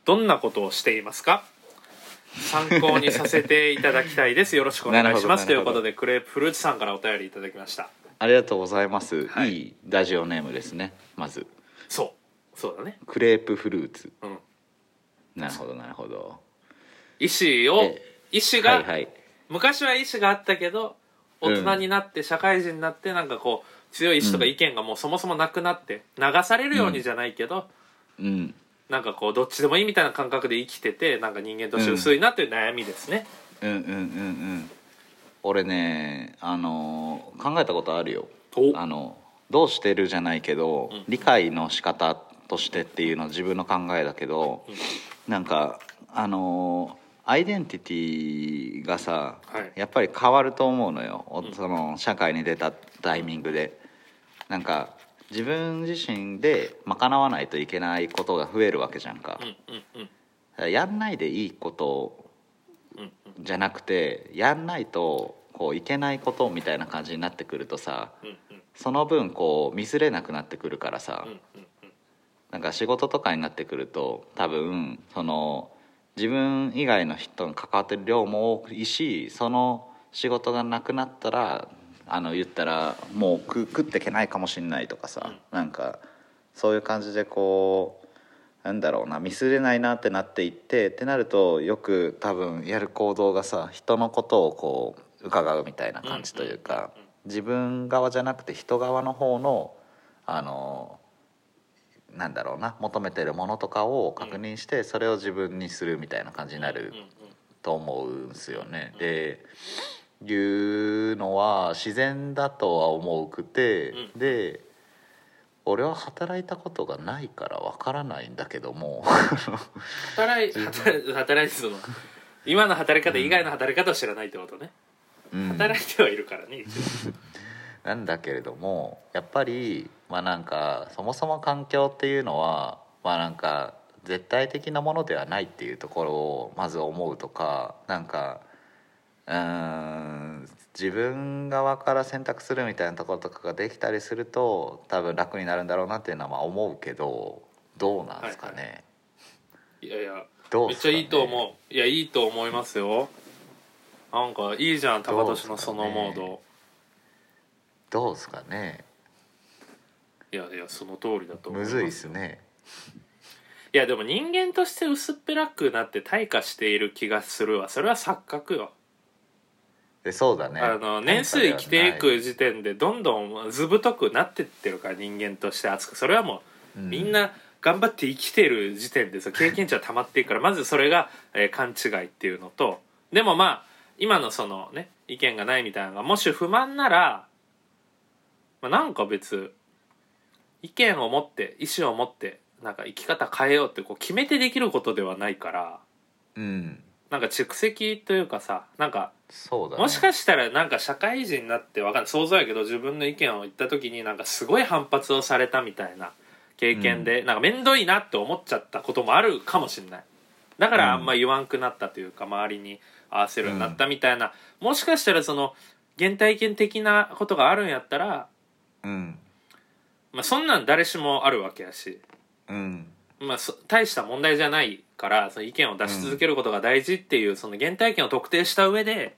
Speaker 1: どんなことをしていますか参考にさせていただきたいですよろしくお願いしますと
Speaker 2: ないる
Speaker 1: う
Speaker 2: ほど
Speaker 1: ことでクレープフルーツさんからお便りいただきました
Speaker 2: ありがとうございます、
Speaker 1: はい
Speaker 2: い、いラジオネームですねまず
Speaker 1: そうそうだね
Speaker 2: クレープフルーツ
Speaker 1: うん
Speaker 2: なるほどなるほど
Speaker 1: 意思を
Speaker 2: え
Speaker 1: 意思が、
Speaker 2: はいはい
Speaker 1: 昔は意思があったけど大人になって社会人になってなんかこう強い意思とか意見がもうそもそもなくなって流されるようにじゃないけど、
Speaker 2: うん
Speaker 1: なんかこうどっちでもいいみたいな感覚で生きててなんか人間として薄いなという悩みですね、
Speaker 2: うんうんうんうん俺ねあのー考えたことあるよ
Speaker 1: お
Speaker 2: あのどうしてるじゃないけど、
Speaker 1: うん
Speaker 2: 理解の仕方としてっていうのは自分の考えだけど、なんかあのーアイデンティティがさ、
Speaker 1: はい
Speaker 2: やっぱり変わると思うのよ、お
Speaker 1: ん
Speaker 2: その社会に出たタイミングでなんか自分自身で賄わないといけないことが増えるわけじゃんか、
Speaker 1: うんうんうん
Speaker 2: やんないでいいこと
Speaker 1: うん
Speaker 2: じゃなくてやんないとこういけないことみたいな感じになってくるとさ
Speaker 1: うんうん
Speaker 2: その分こうミスれなくなってくるからさ、
Speaker 1: うんうんうん
Speaker 2: なんか仕事とかになってくると多分その自分以外の人に関わってる量も多いしその仕事がなくなったらあの言ったらもう食食ってけないかもしんないとかさ、なんかそういう感じでこうなんだろうなミスれないなってなっていってってなるとよく多分やる行動がさ人のことをこう伺うみたいな感じというか、自分側じゃなくて人側の方のあのなんだろうな求めてるものとかを確認してそれを自分にするみたいな感じになる
Speaker 1: うんうん
Speaker 2: と思うんですよね。でいうのは自然だとは思うくて、
Speaker 1: う
Speaker 2: で俺は働いたことがないからわからないんだけど も
Speaker 1: 働い働い働いてその今の働き方以外の働き方を知らないってことね
Speaker 2: うん
Speaker 1: 働いてはいるからね一応
Speaker 2: なんだけれどもやっぱりまあなんかそもそも環境っていうのはまあなんか絶対的なものではないっていうところをまず思うとかなんかうーん自分側から選択するみたいなところとかができたりすると多分楽になるんだろうなっていうのはまあ思うけどどうなんですかね、
Speaker 1: はいいやいや
Speaker 2: どう
Speaker 1: めっ
Speaker 2: す
Speaker 1: ち
Speaker 2: か
Speaker 1: ゃ
Speaker 2: ね
Speaker 1: いいと思ういやいいと思いますよなんかいいじゃん高
Speaker 2: どうっ
Speaker 1: 年
Speaker 2: すか
Speaker 1: の
Speaker 2: ね
Speaker 1: そのモード、
Speaker 2: どうですかね
Speaker 1: いやいやその通りだと思い
Speaker 2: む
Speaker 1: ます
Speaker 2: ずいですね
Speaker 1: いやでも人間として薄っぺらくなって退化している気がするわそれは錯覚よ、
Speaker 2: でそうだね
Speaker 1: あの年数生きていく時点でどんどん図太くなってってるから人間として厚くそれはも
Speaker 2: う
Speaker 1: うみんな頑張って生きてる時点で さ経験値は溜まっていくからまずそれが、えー勘違いっていうのとでもまあ今のそのね意見がないみたいなのがもし不満なら、まあ、なんか別意見を持って意思を持ってなんか生き方変えようってこう決めてできることではないから
Speaker 2: うん
Speaker 1: なんか蓄積というかさなんか
Speaker 2: そうだね
Speaker 1: もしかしたらなんか社会人になってわかんない想像やけど自分の意見を言った時になんかすごい反発をされたみたいな経験で、なんか面倒いなって思っちゃったこともあるかもしれないだからあんま言わんくなったというか、周りに合わせるようになったみたいな、もしかしたらその原体験的なことがあるんやったら、
Speaker 2: うん
Speaker 1: まあ、そんなん誰しもあるわけやし、
Speaker 2: うん
Speaker 1: まあ、そ大した問題じゃないからその意見を出し続けることが大事っていう、その原体験を特定した上で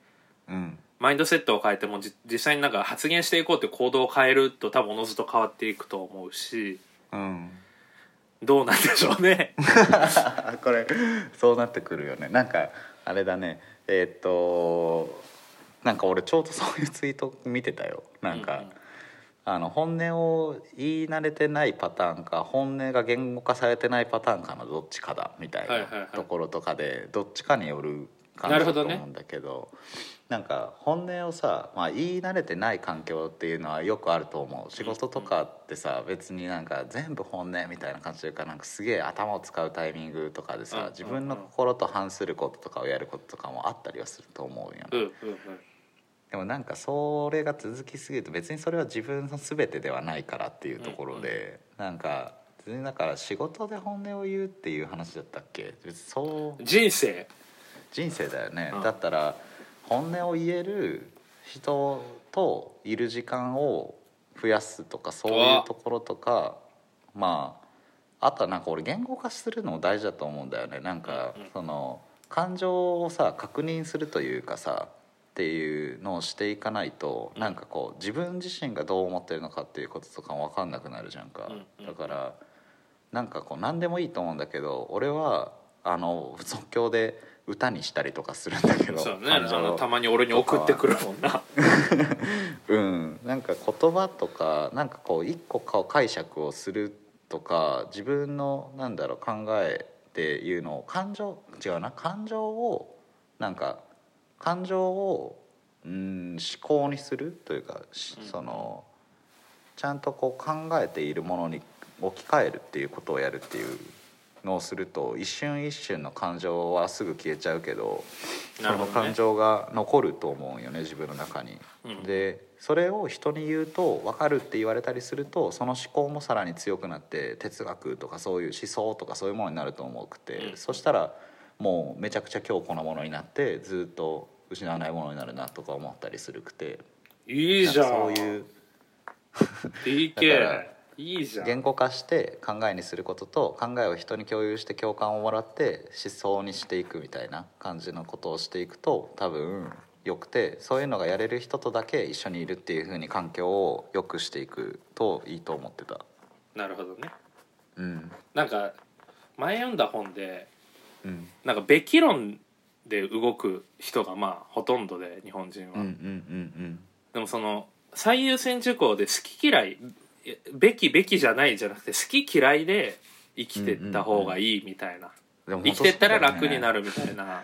Speaker 2: うん
Speaker 1: マインドセットを変えてもじ実際になんか発言していこうって行動を変えると多分おのずと変わっていくと思うし
Speaker 2: うん、
Speaker 1: どうなんでしょう ね
Speaker 2: これそうなってくるよねなんかあれだねえーっとなんか俺ちょうどそういうツイート見てたよなんか、
Speaker 1: うんうん
Speaker 2: あの本音を言い慣れてないパターンか本音が言語化されてないパターンかのどっちかだみたい
Speaker 1: はいはいは
Speaker 2: ないところとかでどっちかによる感
Speaker 1: なる
Speaker 2: じ
Speaker 1: ほ
Speaker 2: だ
Speaker 1: ど
Speaker 2: と
Speaker 1: ね
Speaker 2: 思うんだけどなんか本音をさ、まあ、言い慣れてない環境っていうのはよくあると思う仕事とかってさ別になんか全部本音みたいな感じというかなんかすげえ頭を使うタイミングとかで
Speaker 1: うんうん
Speaker 2: さ
Speaker 1: うん
Speaker 2: 自分の心と反することとかをやることとかもあったりはすると思うよね。
Speaker 1: うんうんうん
Speaker 2: でもなんかそれが続きすぎると別にそれは自分の全てではないからっていうところで、なんか別にだから仕事で本音を言うっていう話だったっけ別にそう
Speaker 1: 人生
Speaker 2: 人生だよね、
Speaker 1: うん
Speaker 2: だったら本音を言える人といる時間を増やすとかそういうところとかまああとはなんか俺言語化するのも大事だと思うんだよねなんか
Speaker 1: うんうん
Speaker 2: その感情をさ確認するというかさっていうのをしていかないとなんかこう自分自身がどう思ってるのかっていうこととかも分かんなくなるじゃんか
Speaker 1: うんうん
Speaker 2: だからなんかこう何でもいいと思うんだけど俺はあの即興で歌にしたりとかするんだけど
Speaker 1: そうねあ
Speaker 2: 感情を
Speaker 1: のたまに俺に送ってくるもんな
Speaker 2: うん、なんか言葉とかなんかこう一個か解釈をするとか自分のなんだろう考えっていうのを感情違うな感情をなんか感情をうん思考にするというか、し
Speaker 1: うん
Speaker 2: そのちゃんとこう考えているものに置き換えるっていうことをやるっていうのをすると一瞬一瞬の感情はすぐ消えちゃうけど
Speaker 1: なる ほ
Speaker 2: その
Speaker 1: どね
Speaker 2: 感情が残ると思うんよね自分の中に。
Speaker 1: うん
Speaker 2: でそれを人に言うと分かるって言われたりするとその思考もさらに強くなって哲学とかそういう思想とかそういうものになると思うくて、
Speaker 1: うん
Speaker 2: そしたらもうめちゃくちゃ強固なものになってずっと失わないものになるなとか思ったりするくて
Speaker 1: いいじゃん
Speaker 2: なんかそういうだから
Speaker 1: DK いいじゃん
Speaker 2: 言語化して考えにすることと考えを人に共有して共感をもらって思想にしていくみたいな感じのことをしていくと多分よくてそういうのがやれる人とだけ一緒にいるっていう風に環境を良くしていくといいと思ってた。
Speaker 1: なるほどね
Speaker 2: うん
Speaker 1: なんか前読んだ本で
Speaker 2: うん
Speaker 1: なんかべき論で動く人がまあほとんどで日本人は、
Speaker 2: うんうんうん
Speaker 1: でもその最優先事項で好き嫌いえべきべきじゃないじゃなくて好き嫌いで生きてった方がいいみたいな、
Speaker 2: うん。でも
Speaker 1: 生きてったら楽にな
Speaker 2: る。
Speaker 1: るみたいな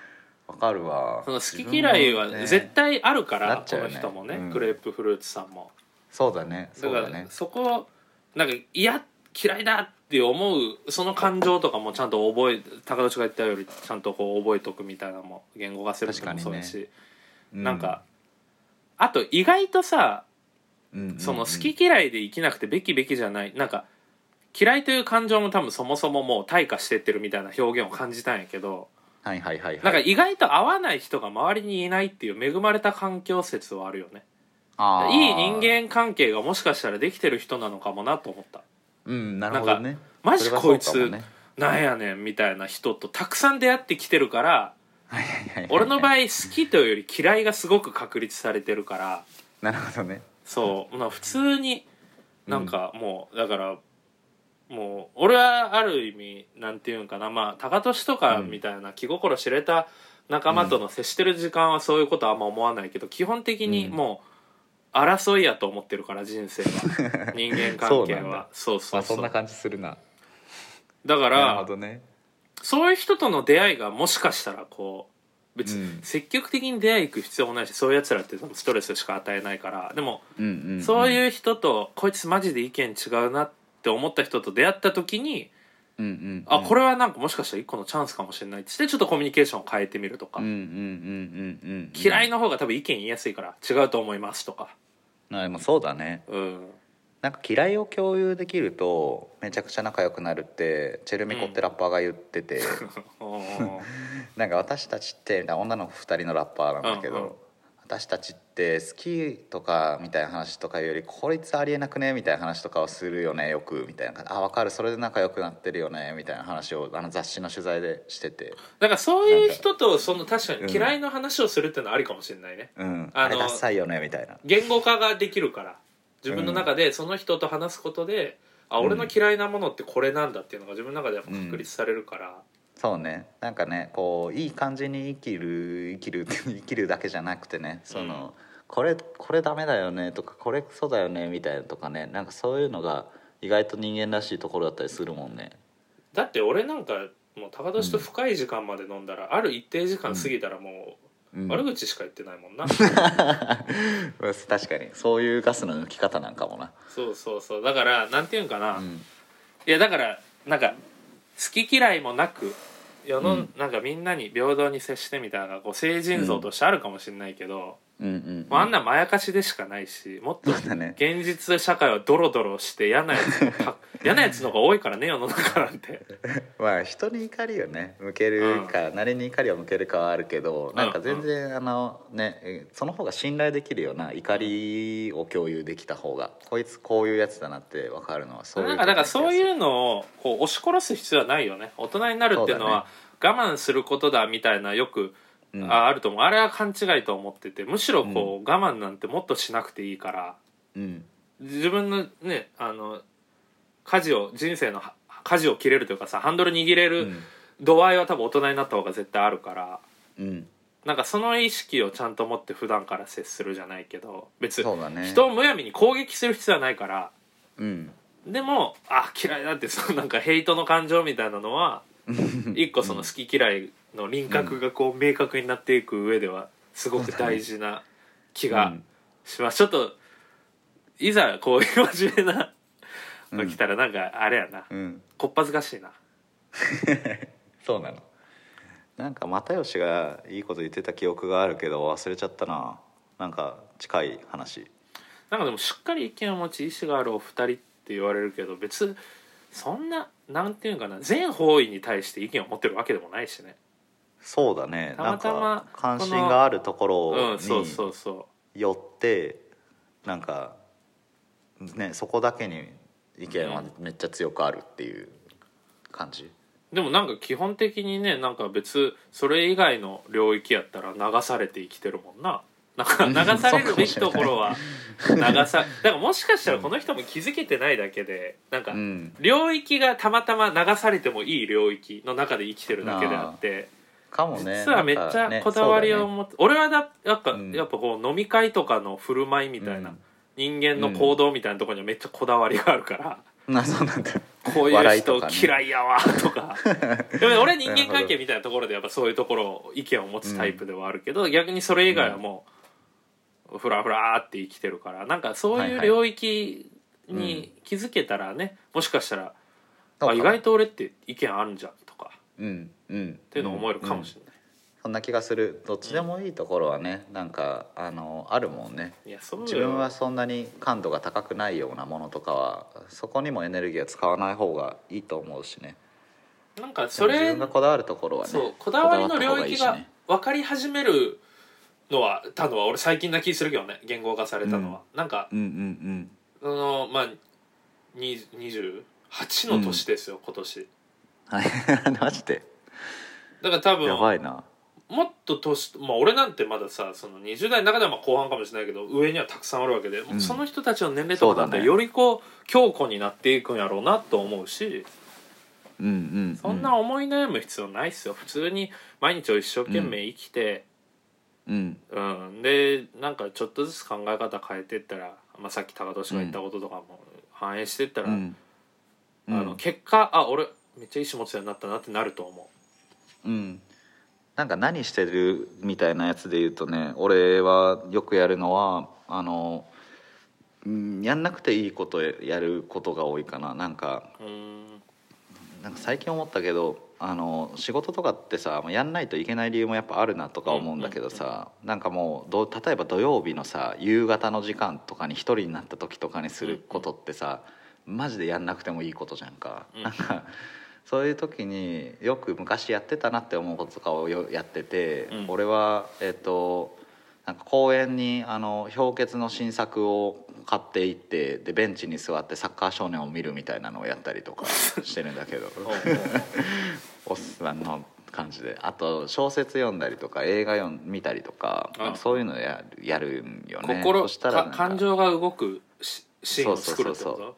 Speaker 2: わかるわ。
Speaker 1: その好き嫌いは
Speaker 2: 自分もね
Speaker 1: 絶対あるから、
Speaker 2: なっち
Speaker 1: こ
Speaker 2: ゃう
Speaker 1: の
Speaker 2: よね
Speaker 1: 人もね、
Speaker 2: うん
Speaker 1: グレープフルーツさんも
Speaker 2: そうだね。
Speaker 1: だ
Speaker 2: そう
Speaker 1: か
Speaker 2: だ
Speaker 1: ら
Speaker 2: ね。
Speaker 1: そこをなんか嫌嫌いだって思うその感情とかもちゃんと覚え高田が言ったよりちゃんとこう覚えとくみたいなのも言語化するのもそうだ
Speaker 2: 確か
Speaker 1: し、
Speaker 2: に
Speaker 1: なんか、あと意外とさ
Speaker 2: うん、うんうんうん
Speaker 1: その好き嫌いで生きなくてべきべきじゃないなんか嫌いという感情も多分そもそももう退化してってるみたいな表現を感じたんやけど
Speaker 2: はいはいはいはい。
Speaker 1: なんか意外と合わない人が周りにいないっていう恵まれた環境説はあるよね
Speaker 2: あー
Speaker 1: いい人。間関係がもしかしたらできてる人なのかもなと思った
Speaker 2: うんなるほど
Speaker 1: な
Speaker 2: ね。
Speaker 1: マジこい
Speaker 2: それはそう
Speaker 1: つ
Speaker 2: かもね
Speaker 1: なんやねんみたいな人とたくさん出会ってきてるから
Speaker 2: はいはいはいはい
Speaker 1: 俺の場合好きというより嫌いがすごく確立されてるから
Speaker 2: なるほど ね。
Speaker 1: そうまあ普通になんかもう、だからもう俺はある意味なんていうんかなまあ高俊とかみたいな気心知れた仲間との接してる時間はそういうことはあんま思わないけど基本的にもう争いやと思ってるから人生 は人間関係
Speaker 2: そうなんだ
Speaker 1: はそうそ
Speaker 2: ま
Speaker 1: う
Speaker 2: あ
Speaker 1: そ
Speaker 2: そ
Speaker 1: うん
Speaker 2: な感じするな。
Speaker 1: だか
Speaker 2: なる
Speaker 1: ら
Speaker 2: ほどね。
Speaker 1: そういう人との出会いがもしかしたらこう別
Speaker 2: う
Speaker 1: に
Speaker 2: ん
Speaker 1: 積極的に出会い行く必要もないし、そういうやつらって多分ストレスしか与えないからでも
Speaker 2: うんうんうん
Speaker 1: そういう人と、こいつマジで意見違うなって思った人と出会った時に、
Speaker 2: うんうんうん、
Speaker 1: あ、これ
Speaker 2: は
Speaker 1: はなんかもしかしたら一個のチャンスかもしれないってして、ちょっとコミュニケーションを変えてみるとか、
Speaker 2: うんうんうんうんうん
Speaker 1: 嫌い
Speaker 2: な
Speaker 1: の方が多分意見言いやすいから、違うと思いますとか。
Speaker 2: あでもそうだね
Speaker 1: うん。
Speaker 2: なんか嫌いを共有できるとめちゃくちゃ仲良くなるってチェルミコってラッパーが言ってて、
Speaker 1: おー
Speaker 2: なんか私たちって女の子2人のラッパーなんだけど、
Speaker 1: うんうん
Speaker 2: 私たちって好きとかみたいな話とかよりこいつありえなくねみたいな話とかをするよねよくみたいなあ分かるそれで仲良くなってるよねみたいな話をあの雑誌の取材でしてて、
Speaker 1: だからそういう人と、その確か
Speaker 2: うん
Speaker 1: に嫌いの話をするっていうのはありかもしれないね。
Speaker 2: うん、
Speaker 1: あの
Speaker 2: あれダサいよねみたいな
Speaker 1: 言語化ができるから、自分の中でその人と話すことで、あ、俺の嫌いなものってこれなんだっていうのが自分の中でやっぱ確立されるから。
Speaker 2: そうねなんかねこういい感じに生きる生きる 生きるだけじゃなくてねその、
Speaker 1: うん
Speaker 2: これこれダメだよねとかこれクソだよねみたいなとかねなんかそういうのが意外と人間らしいところだったりするもんね
Speaker 1: だって俺なんかもう高年と深い時間まで飲んだら、ある一定時間過ぎたらも
Speaker 2: うん
Speaker 1: う悪口しか言ってないもんな、
Speaker 2: うん確かにそういうガスの抜き方なんかもな、
Speaker 1: そうそうそうだからなんていうんかな、
Speaker 2: う
Speaker 1: い
Speaker 2: ん
Speaker 1: やだからなんか好き嫌いもなく世の、
Speaker 2: うん
Speaker 1: なんかみんなに平等に接してみたいなのがこう成人像としてあるかもしれないけど、
Speaker 2: うんうん
Speaker 1: もうあんなまやかしでしかないしもっと
Speaker 2: そうだね
Speaker 1: 現実社会はドロドロして嫌なやつ か嫌なやつの方が多いからね世の中なんて
Speaker 2: まあ人に怒りをね向けるか、何に怒りを向けるかはあるけどなんか全然、あのねえその方が信頼できるような怒りを共有できた方がこいつこういうやつだなって分かるのはそういう
Speaker 1: なんかだからそういうのをこう押し殺す必要はないよね大人になるっていうのは我慢することだみたいなよく、
Speaker 2: うん
Speaker 1: ああると思うあれは勘違いと思っててむしろこう、我慢なんてもっとしなくていいから
Speaker 2: うん
Speaker 1: 自分のねあの舵を人生のは舵を切れるというかさハンドル握れ
Speaker 2: う
Speaker 1: る
Speaker 2: ん
Speaker 1: 度合いは多分大人になった方が絶対あるから。
Speaker 2: うん
Speaker 1: なんかその意識をちゃんと持って普段から接するじゃないけど別
Speaker 2: そう
Speaker 1: に
Speaker 2: だね
Speaker 1: 人をむやみに攻撃する必要はないから
Speaker 2: うん
Speaker 1: でもあ嫌いだってそのなんかヘイトの感情みたいなの は一個その好き嫌いの輪郭がこう明確になっていく上ではすごく大事な気がします、ちょっといざこういう真面目なの来たらなんかあれやな、
Speaker 2: うん
Speaker 1: こっぱずかしいな
Speaker 2: そうなのなんか又吉がいいこと言ってた記憶があるけど忘れちゃったななんか近い話
Speaker 1: なんかでもしっかり意見を持ち意思があるお二人って言われるけど別そんななんていうかな全方位に対して意見を持ってるわけでもないしね
Speaker 2: そうだね
Speaker 1: たまたま
Speaker 2: なんか関
Speaker 1: こ
Speaker 2: 心
Speaker 1: の
Speaker 2: があるところ
Speaker 1: う
Speaker 2: に
Speaker 1: んそうそうそ
Speaker 2: よってなんかねそこだけに意見はめっちゃ強くあるっていう感じ、
Speaker 1: でもなんか基本的にねなんか別それ以外の領域やったら流されて生きてるもんななんか流されるべきところは流 さだからもしかしたらこの人も気づけてないだけでなんか
Speaker 2: うん、
Speaker 1: 領域がたまたま流されてもいい領域の中で生きてるだけであって
Speaker 2: かもね
Speaker 1: 実はめっち
Speaker 2: なんか
Speaker 1: ゃ
Speaker 2: ね
Speaker 1: こだわり
Speaker 2: そうだ
Speaker 1: を
Speaker 2: ね
Speaker 1: 持って俺はだやっぱ
Speaker 2: うん
Speaker 1: やっぱこう飲み会とかの振る舞いみたいな人間の行動みたいなところにはめっちゃこだわりがあるから。
Speaker 2: うんな そうなんだ
Speaker 1: こういう
Speaker 2: 笑いと
Speaker 1: 人
Speaker 2: かね
Speaker 1: 嫌いやわとかでも俺人間関係みたいなところでやっぱそういうところを意見を持つタイプではあるけど、逆にそれ以外はもうフラフラーって生きてるからなんかそういう領域
Speaker 2: はいはいうん
Speaker 1: に気づけたらねもしかしたら
Speaker 2: そう
Speaker 1: あ
Speaker 2: か
Speaker 1: 意外と俺って意見あるんじゃんとか
Speaker 2: うんうん
Speaker 1: っていうのを思えるかもしれない、
Speaker 2: そんな気がするどっちでもいいところはねなんかあのあるもんね
Speaker 1: いやそうよ
Speaker 2: 自分はそんなに感度が高くないようなものとかはそこにもエネルギーを使わない方がいいと思うしね
Speaker 1: なんか
Speaker 2: でも
Speaker 1: そ
Speaker 2: 自
Speaker 1: れ
Speaker 2: 分がこだわるところはね
Speaker 1: そうこだわりの領域
Speaker 2: こだわった方いいし
Speaker 1: が
Speaker 2: ね
Speaker 1: 分かり始めるのはたのは俺最近な気するけどね言語化されたのは、なんか
Speaker 2: うんうん
Speaker 1: そのまあに28の年ですよ、今年
Speaker 2: うんはい マジで
Speaker 1: だから多
Speaker 2: や
Speaker 1: 分
Speaker 2: ばいな
Speaker 1: もっと年まあ俺なんてまださその20代の中ではまあ後半かもしれないけど上にはたくさんあるわけで、
Speaker 2: ん
Speaker 1: その人たちの年齢とかだった
Speaker 2: そうだ
Speaker 1: ら
Speaker 2: ね
Speaker 1: よりこう強固になっていくんやろうなと思うし
Speaker 2: うんうん
Speaker 1: そんな思い悩む必要ないっすよ普通に毎日を一生懸命生きて、
Speaker 2: うん
Speaker 1: うんでなんかちょっとずつ考え方変えてったら、まあ、さっき高俊が言ったこととかも反映してったら、
Speaker 2: うんうん
Speaker 1: あの結果あ俺めっちゃ意思持つようになったなってなると思
Speaker 2: うんなんか何してるみたいなやつで言うとね俺はよくやるのはあのうんやんなくていいことやることが多いかななんか
Speaker 1: ううーん
Speaker 2: なんか最近思ったけどあの仕事とかってさもうやんないといけない理由もやっぱあるなとか思うんだけどさ、なんかもうどう例えば土曜日のさ夕方の時間とかに一人になった時とかにすることってさ、マジでやんなくてもいいことじゃんか、
Speaker 1: うん
Speaker 2: なんかそういう時によく昔やってたなって思うこととかをよやってて、
Speaker 1: うん
Speaker 2: 俺はえっ、となんか公園にあの氷結の新作を買っていってでベンチに座ってサッカー少年を見るみたいなのをやったりとかしてるんだ けど
Speaker 1: おうおう
Speaker 2: おっさんの感じであと小説読んだりとか映画読ん見たりとか
Speaker 1: あ
Speaker 2: なんかそういうのやるやるんよね
Speaker 1: 心
Speaker 2: そしたらなん
Speaker 1: か
Speaker 2: か
Speaker 1: 感情が動くしシーンを作るってこ
Speaker 2: そうそう
Speaker 1: と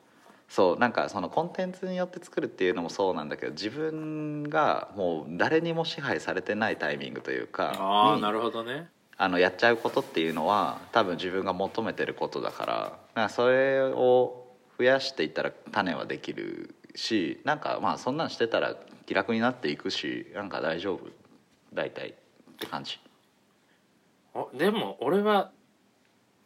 Speaker 2: そうなんかそのコンテンツによって作るっていうのもそうなんだけど自分がもう誰にも支配されてないタイミングというか
Speaker 1: ああ
Speaker 2: に
Speaker 1: なるほどね
Speaker 2: あのやっちゃうことっていうのは多分自分が求めてることだからなんかそれを増やしていったら種はできるしなんかまあそんなんしてたら気楽になっていくしなんか大丈夫大体って感じ
Speaker 1: おでも俺は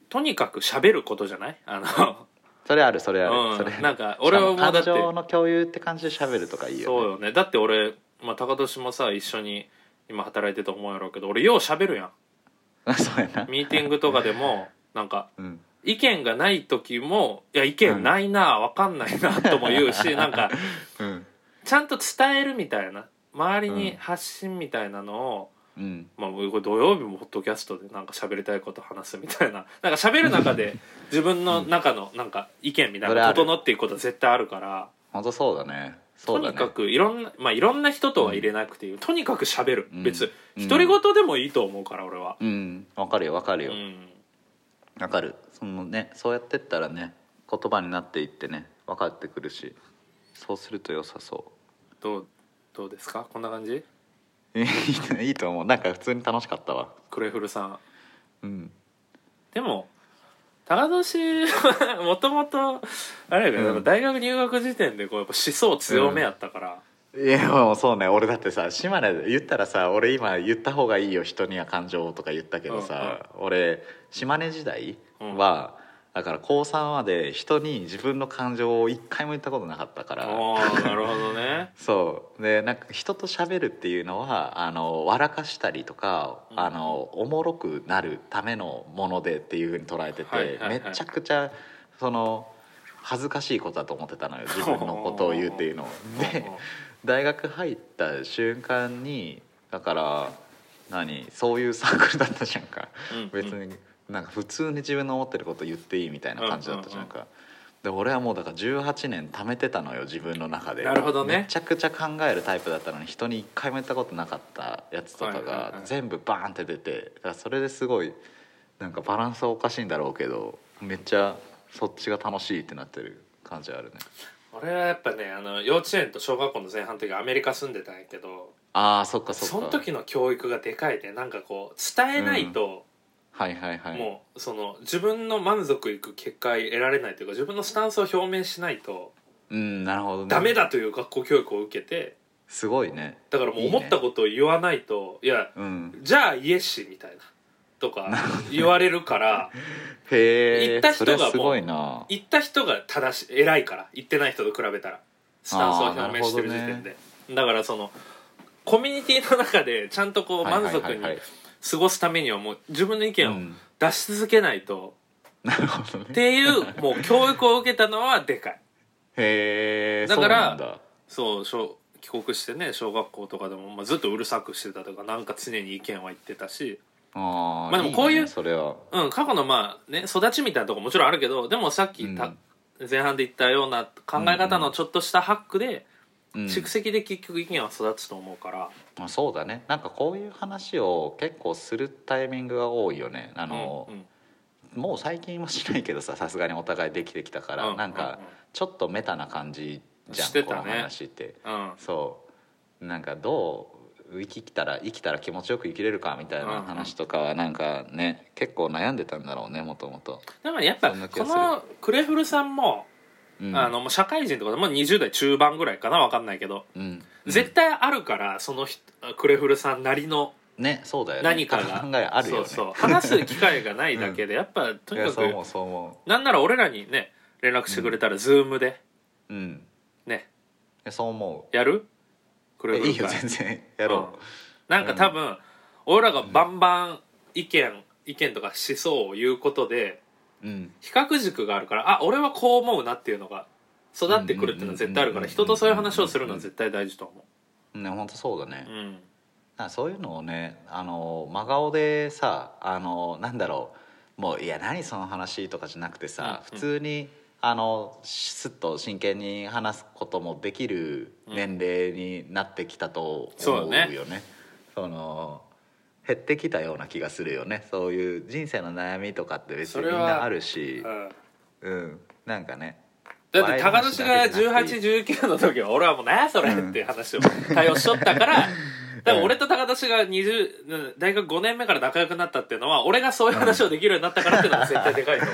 Speaker 1: とにかく喋ることじゃないあ
Speaker 2: それあるそれある、
Speaker 1: の、
Speaker 2: そうれあ
Speaker 1: ん、
Speaker 2: る
Speaker 1: なんか俺はもう
Speaker 2: しか
Speaker 1: だって
Speaker 2: 感情の共有って感じで喋るとかいい
Speaker 1: そう
Speaker 2: よね
Speaker 1: よねだって俺、まあ、高俊もさ一緒に今働いてると思うやろうけど俺よう喋るやん
Speaker 2: そうやな
Speaker 1: ミーティングとかで もなんか
Speaker 2: うん
Speaker 1: 意見がない時もいや意見ないな分かんないなとも言うしなん か
Speaker 2: うん
Speaker 1: ちゃんと伝えるみたいな周り
Speaker 2: う
Speaker 1: に
Speaker 2: ん
Speaker 1: 発信みたいなのを、
Speaker 2: うん
Speaker 1: まあ、これ土曜日もポッドキャストでなんか喋りたいこと話すみたいな なんか喋る中 で自分の中のなんか意見みたい
Speaker 2: それ
Speaker 1: な
Speaker 2: ある
Speaker 1: 整っていくことは絶対あるから、
Speaker 2: 本当そうだねそ
Speaker 1: と
Speaker 2: うだ
Speaker 1: に
Speaker 2: ね
Speaker 1: かくいろんな、まあ、いろんな人とは入れなくていい、とにかく喋る、
Speaker 2: うん
Speaker 1: 別
Speaker 2: うん
Speaker 1: 独り言でもいいと思うから俺は。
Speaker 2: うんわかるよわかる
Speaker 1: う
Speaker 2: よ、
Speaker 1: ん
Speaker 2: わかるそのねそうやってったらね言葉になっていってね分かってくるしそうすると良さそ
Speaker 1: どうどうですかこんな感じ
Speaker 2: う いいいいと思うなんか普通に楽しかったわ
Speaker 1: クレフルさん
Speaker 2: うん
Speaker 1: でも高年はもともとあれやけど、
Speaker 2: うん
Speaker 1: やっぱ大学入学時点でこうやっぱ思想強めやったから、
Speaker 2: いやもうそうね俺だってさ島根言ったらさ俺今言った方がいいよ人には感情をとか言ったけどさ、俺島根時代は、だから高3まで人に自分の感情を一回も言ったことなかったから
Speaker 1: ああなるほど ね
Speaker 2: そうでなんか人と喋るっていうのはあの笑かしたりとか、
Speaker 1: うん
Speaker 2: あのおもろくなるためのものでっていうふうに捉えてて、
Speaker 1: はいはいはい
Speaker 2: めちゃくちゃその恥ずかしいことだと思ってたのよ自分のことを言うっ ていうのをで大学入った瞬間にだから何そういうサークルだったじゃんか。
Speaker 1: うんうん
Speaker 2: 別になんか普通に自分の思ってること言っていいみたいな感じだったじゃんか、で俺はもうだから18年貯めてたのよ自分の中で
Speaker 1: なるほどね
Speaker 2: めちゃくちゃ考えるタイプだったのに人に一回も言ったことなかったやつとか
Speaker 1: はいはいは
Speaker 2: が
Speaker 1: い
Speaker 2: 全部バーンって出てだからそれですごいなんかバランスはおかしいんだろうけどめっちゃそっちが楽しいってなってる感じあるね
Speaker 1: 俺はやっぱねあの幼稚園と小学校の前半の時アメリカ住んでたんやけど
Speaker 2: あーそっか
Speaker 1: そ
Speaker 2: そっか
Speaker 1: の時の教育がでかいねなんかこう伝えないと、
Speaker 2: はいはいはい
Speaker 1: もうその自分の満足いく結果得られないというか自分のスタンスを表明しないと
Speaker 2: うんなるほど、ね、
Speaker 1: ダメだという学校教育を受けて
Speaker 2: すごいね
Speaker 1: だからもう思ったことを言わないといや
Speaker 2: うん
Speaker 1: じゃあイエシみたいなとか言われるから
Speaker 2: へ
Speaker 1: 行
Speaker 2: え
Speaker 1: った
Speaker 2: そ
Speaker 1: 人が
Speaker 2: れ
Speaker 1: もう
Speaker 2: はすごいな
Speaker 1: 言った人が正しい偉いから言ってない人と比べたらスタンスを表明してる時
Speaker 2: あーなる
Speaker 1: 点
Speaker 2: ほど
Speaker 1: で、だからそのコミュニティの中でちゃんとこう満足
Speaker 2: はいはい
Speaker 1: に
Speaker 2: はいはい
Speaker 1: 過ごすためにはもう自分の意見
Speaker 2: う
Speaker 1: を
Speaker 2: ん
Speaker 1: 出し続けないと、
Speaker 2: なるほど
Speaker 1: っ
Speaker 2: ね
Speaker 1: ていうもう教育を受けたのはでかい
Speaker 2: へえ
Speaker 1: だから
Speaker 2: そうなんだ
Speaker 1: そう小帰国してね小学校とかでも、まあ、ずっとうるさくしてたとかなんか常に意見は言ってたし、
Speaker 2: あー
Speaker 1: まあでもこういう
Speaker 2: ねそれは
Speaker 1: うん、過去のまあね育ちみたいなとこもちろんあるけどでもさっきた、前半で言ったような考え方のちょっとしたハックで、
Speaker 2: うん
Speaker 1: 蓄積で結局意見は育つと思うから、
Speaker 2: まあ、そうだねなんかこういう話を結構するタイミングが多いよねあの、
Speaker 1: うんうん
Speaker 2: もう最近はしないけどささすがにお互いできてきたから、
Speaker 1: うん
Speaker 2: なんかちょっとメタな感じじゃん
Speaker 1: してたね
Speaker 2: この話って
Speaker 1: うん
Speaker 2: そうなんかどう生きたら生きたら気持ちよく生きれるかみたいな話とかはなんかね結構悩んでたんだろうねもともと、
Speaker 1: でもやっぱ
Speaker 2: そんな気
Speaker 1: こ
Speaker 2: がする
Speaker 1: のクレフルさんも,、
Speaker 2: うん、
Speaker 1: あのもう社会人とかでもう20代中盤ぐらいかなわかんないけど、
Speaker 2: うん、
Speaker 1: 絶対あるからその人クレフルさんなりの
Speaker 2: ねそうだよね
Speaker 1: 何かが、
Speaker 2: 考えあるよね
Speaker 1: そうそう話す機会がないだけで、やっぱとに
Speaker 2: い
Speaker 1: か
Speaker 2: や
Speaker 1: く
Speaker 2: そう思うそう思
Speaker 1: なんなら俺らにね連絡してくれたら Zoom で
Speaker 2: ううん
Speaker 1: ね
Speaker 2: いやそう思
Speaker 1: やるク
Speaker 2: う
Speaker 1: レフ
Speaker 2: え
Speaker 1: ル
Speaker 2: いいよ全然やろ
Speaker 1: なんか多分、俺らがバンバン意見意見とか思想を言うことで
Speaker 2: ううん
Speaker 1: 比較軸があるからあ俺はこう思うなっていうのが育ってくるっていうのは絶対あるから
Speaker 2: うんうんうんうん
Speaker 1: 人とそういう話をするのは絶対大事と思
Speaker 2: ね本当そうだね、
Speaker 1: ううん
Speaker 2: なんかそういうのをねあの真顔でさあのなんだろうもういや何その話とかじゃなくてさ、
Speaker 1: うんうん
Speaker 2: 普通にあのすっと真剣に話すこともできる年齢になってきたと思うよね。
Speaker 1: そ
Speaker 2: その減ってきたような気がするよねそういう人生の悩みとかって別
Speaker 1: そ
Speaker 2: に
Speaker 1: れ
Speaker 2: みん
Speaker 1: は
Speaker 2: なあるし
Speaker 1: う、ん
Speaker 2: うん、なんかね
Speaker 1: だって高年が1819の時は俺はもう「なやそれ」っていう話を対応しとったからだから俺と高年が20うん大学5年目から仲良くなったっていうのは俺がそういう話をできるようになったからっていうのが絶対でかいと思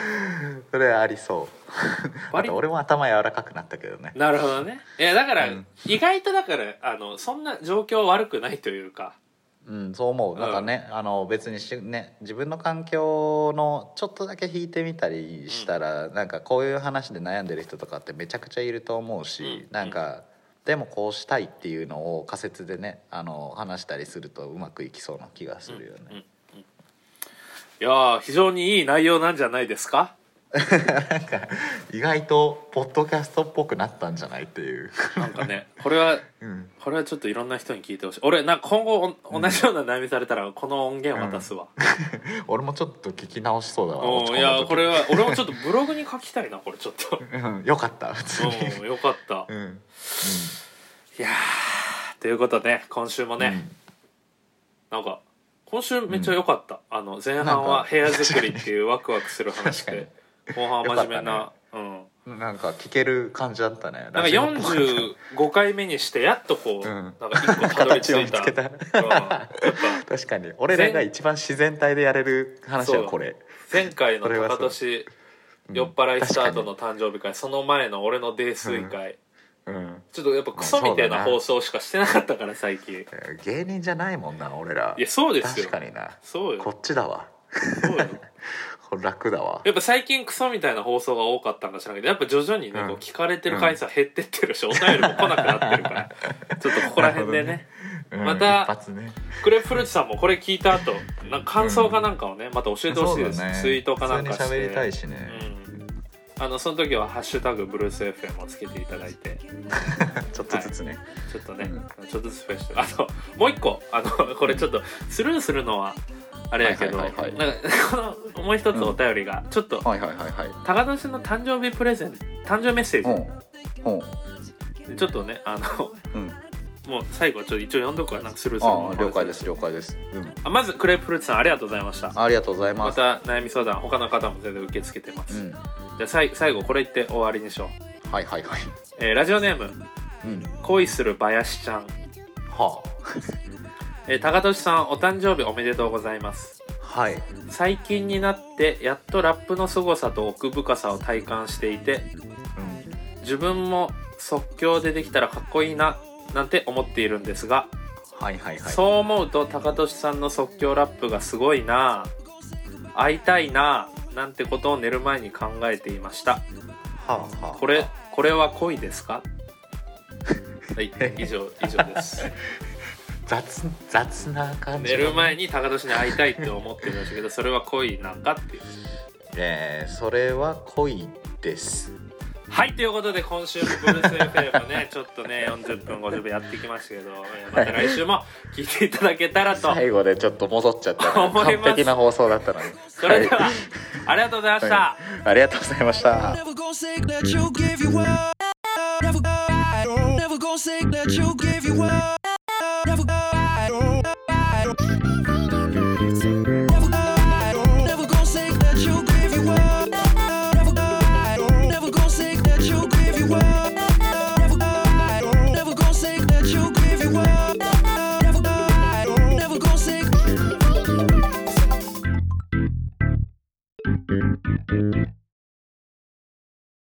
Speaker 2: それありそうあ
Speaker 1: 割
Speaker 2: と
Speaker 1: と
Speaker 2: 俺も頭柔らかくなったけどね
Speaker 1: うなるほどねいやだから、
Speaker 2: うん
Speaker 1: 意外とだからあのそんな状況悪くないというか
Speaker 2: うん、そう思うなんかね、あの別にし、ね、自分の環境のちょっとだけ引いてみたりしたら、なんかこういう話で悩んでる人とかってめちゃくちゃいると思うし、
Speaker 1: うん
Speaker 2: なんかでもこうしたいっていうのを仮説でねあの話したりするとうまくいきそうな気がするよね、
Speaker 1: うんいやー非常にいい内容なんじゃないですか
Speaker 2: 意外とポッドキャストっぽくなったんじゃないっていう、
Speaker 1: なんかねこれは
Speaker 2: うん、
Speaker 1: これはちょっといろんな人に聞いてほしい俺なんか今後お同じような悩みされたらこの音源渡すわ、
Speaker 2: 俺もちょっと聞き直しそうだわ落
Speaker 1: う
Speaker 2: ち
Speaker 1: ん、
Speaker 2: 込
Speaker 1: い
Speaker 2: んだ
Speaker 1: や
Speaker 2: 時
Speaker 1: これは俺もちょっとブログに書きたいなこれちょっと
Speaker 2: うんよかった普通に、
Speaker 1: うんよかった
Speaker 2: うんうん
Speaker 1: いやーということで今週もね、なんか今週めっちゃ良かった、あの前半
Speaker 2: なん
Speaker 1: は
Speaker 2: か
Speaker 1: 部屋作りっていうワクワクする話で後半は真面目
Speaker 2: よか
Speaker 1: な、うん
Speaker 2: うんなんか聞ける感じだったね
Speaker 1: なんか45回目にしてやっとこう、
Speaker 2: うん
Speaker 1: なんか一個たどり着
Speaker 2: 形を見
Speaker 1: い
Speaker 2: つ
Speaker 1: た
Speaker 2: けた
Speaker 1: うんやっぱ
Speaker 2: 確かに俺らが一番自然体でやれる話はこれ
Speaker 1: 前回の
Speaker 2: それはそ
Speaker 1: 高
Speaker 2: う
Speaker 1: 年
Speaker 2: うん
Speaker 1: 酔っ払いスタートの誕生日会その前の俺の泥酔会、
Speaker 2: うん
Speaker 1: ちょっとやっぱクソみたいな放送しかしてなかったから最近
Speaker 2: 芸人じゃないもんな俺ら
Speaker 1: いやそうですよ
Speaker 2: 確かにな
Speaker 1: そうよ
Speaker 2: こっちだわ
Speaker 1: そうよ
Speaker 2: これ楽だわ
Speaker 1: やっぱ最近クソみたいな放送が多かったんか知らんけどやっぱ徐々にね、
Speaker 2: うん
Speaker 1: こう聞かれてる回数は減ってってるし、お便りも来なくなってるから ちょっとここら辺でね
Speaker 2: うん
Speaker 1: また
Speaker 2: 一発ね
Speaker 1: クレフルーツさんもこれ聞いた後なんか感想かなんかをねまた教えてほしいです、
Speaker 2: そうだね
Speaker 1: ツイートかなんかして
Speaker 2: 普通に喋りたいしね
Speaker 1: うんあのその時は「ハッシュタグブルース FM」をつけていただいて
Speaker 2: ちょっとずつね
Speaker 1: ちょっとね、
Speaker 2: う
Speaker 1: ちょっとずつ増やしてあともう一個あのこれちょっとスルーするのはあれやけどな
Speaker 2: は
Speaker 1: ん
Speaker 2: い
Speaker 1: か
Speaker 2: はいはい
Speaker 1: このもう一つお便りが、ちょっと
Speaker 2: はいはいはいはい
Speaker 1: 高田氏の誕生日プレゼント誕生日メッセ
Speaker 2: ほ
Speaker 1: ー
Speaker 2: うほ
Speaker 1: ジちょっとねあの
Speaker 2: ううん
Speaker 1: もう最後ちょっと一応読んどくからなんかスルーする
Speaker 2: あ
Speaker 1: の
Speaker 2: あ了解です了解ですうん
Speaker 1: あまずクレープフルーツさんありがとうございました
Speaker 2: ありがとうございま
Speaker 1: ますた悩み相談他の方も全然受け付けてま
Speaker 2: う
Speaker 1: す、
Speaker 2: ん
Speaker 1: じゃあさい最後これ言って終わりにしよう、
Speaker 2: はいはいはい
Speaker 1: えーラジオネーム
Speaker 2: うん
Speaker 1: 恋する林ちゃん、
Speaker 2: は
Speaker 1: えー、高俊さんお誕生日おめでとうございます
Speaker 2: あはい
Speaker 1: 最近になってやっとラップの凄さと奥深さを体感していて
Speaker 2: うん
Speaker 1: 自分も即興でできたらかっこいいななんて思っているんですが、
Speaker 2: はいはいはい
Speaker 1: そう思うと高俊さんの即興ラップがすごいなあ会いたいなあなんてことを寝る前に考えていました
Speaker 2: はあはあ
Speaker 1: これこれは恋ですかはい以上以上 です
Speaker 2: 雑雑な感じ
Speaker 1: 寝る前に高俊に会いたいって思ってましたけどそれは恋なんかっていう
Speaker 2: えー、それは恋です
Speaker 1: はいということで今週もブルース FM ねちょっとね40分50分やってきましたけどえーまた来週も聞いていただけたらと
Speaker 2: 最後でちょっと戻っちゃったね、
Speaker 1: 思います
Speaker 2: 完璧な放送だったのに
Speaker 1: それでは、
Speaker 2: はい
Speaker 1: ありがとうございました、
Speaker 2: ありがとうございました。
Speaker 4: Never gonna say that you give you up. Never, never gonna say that you give you up.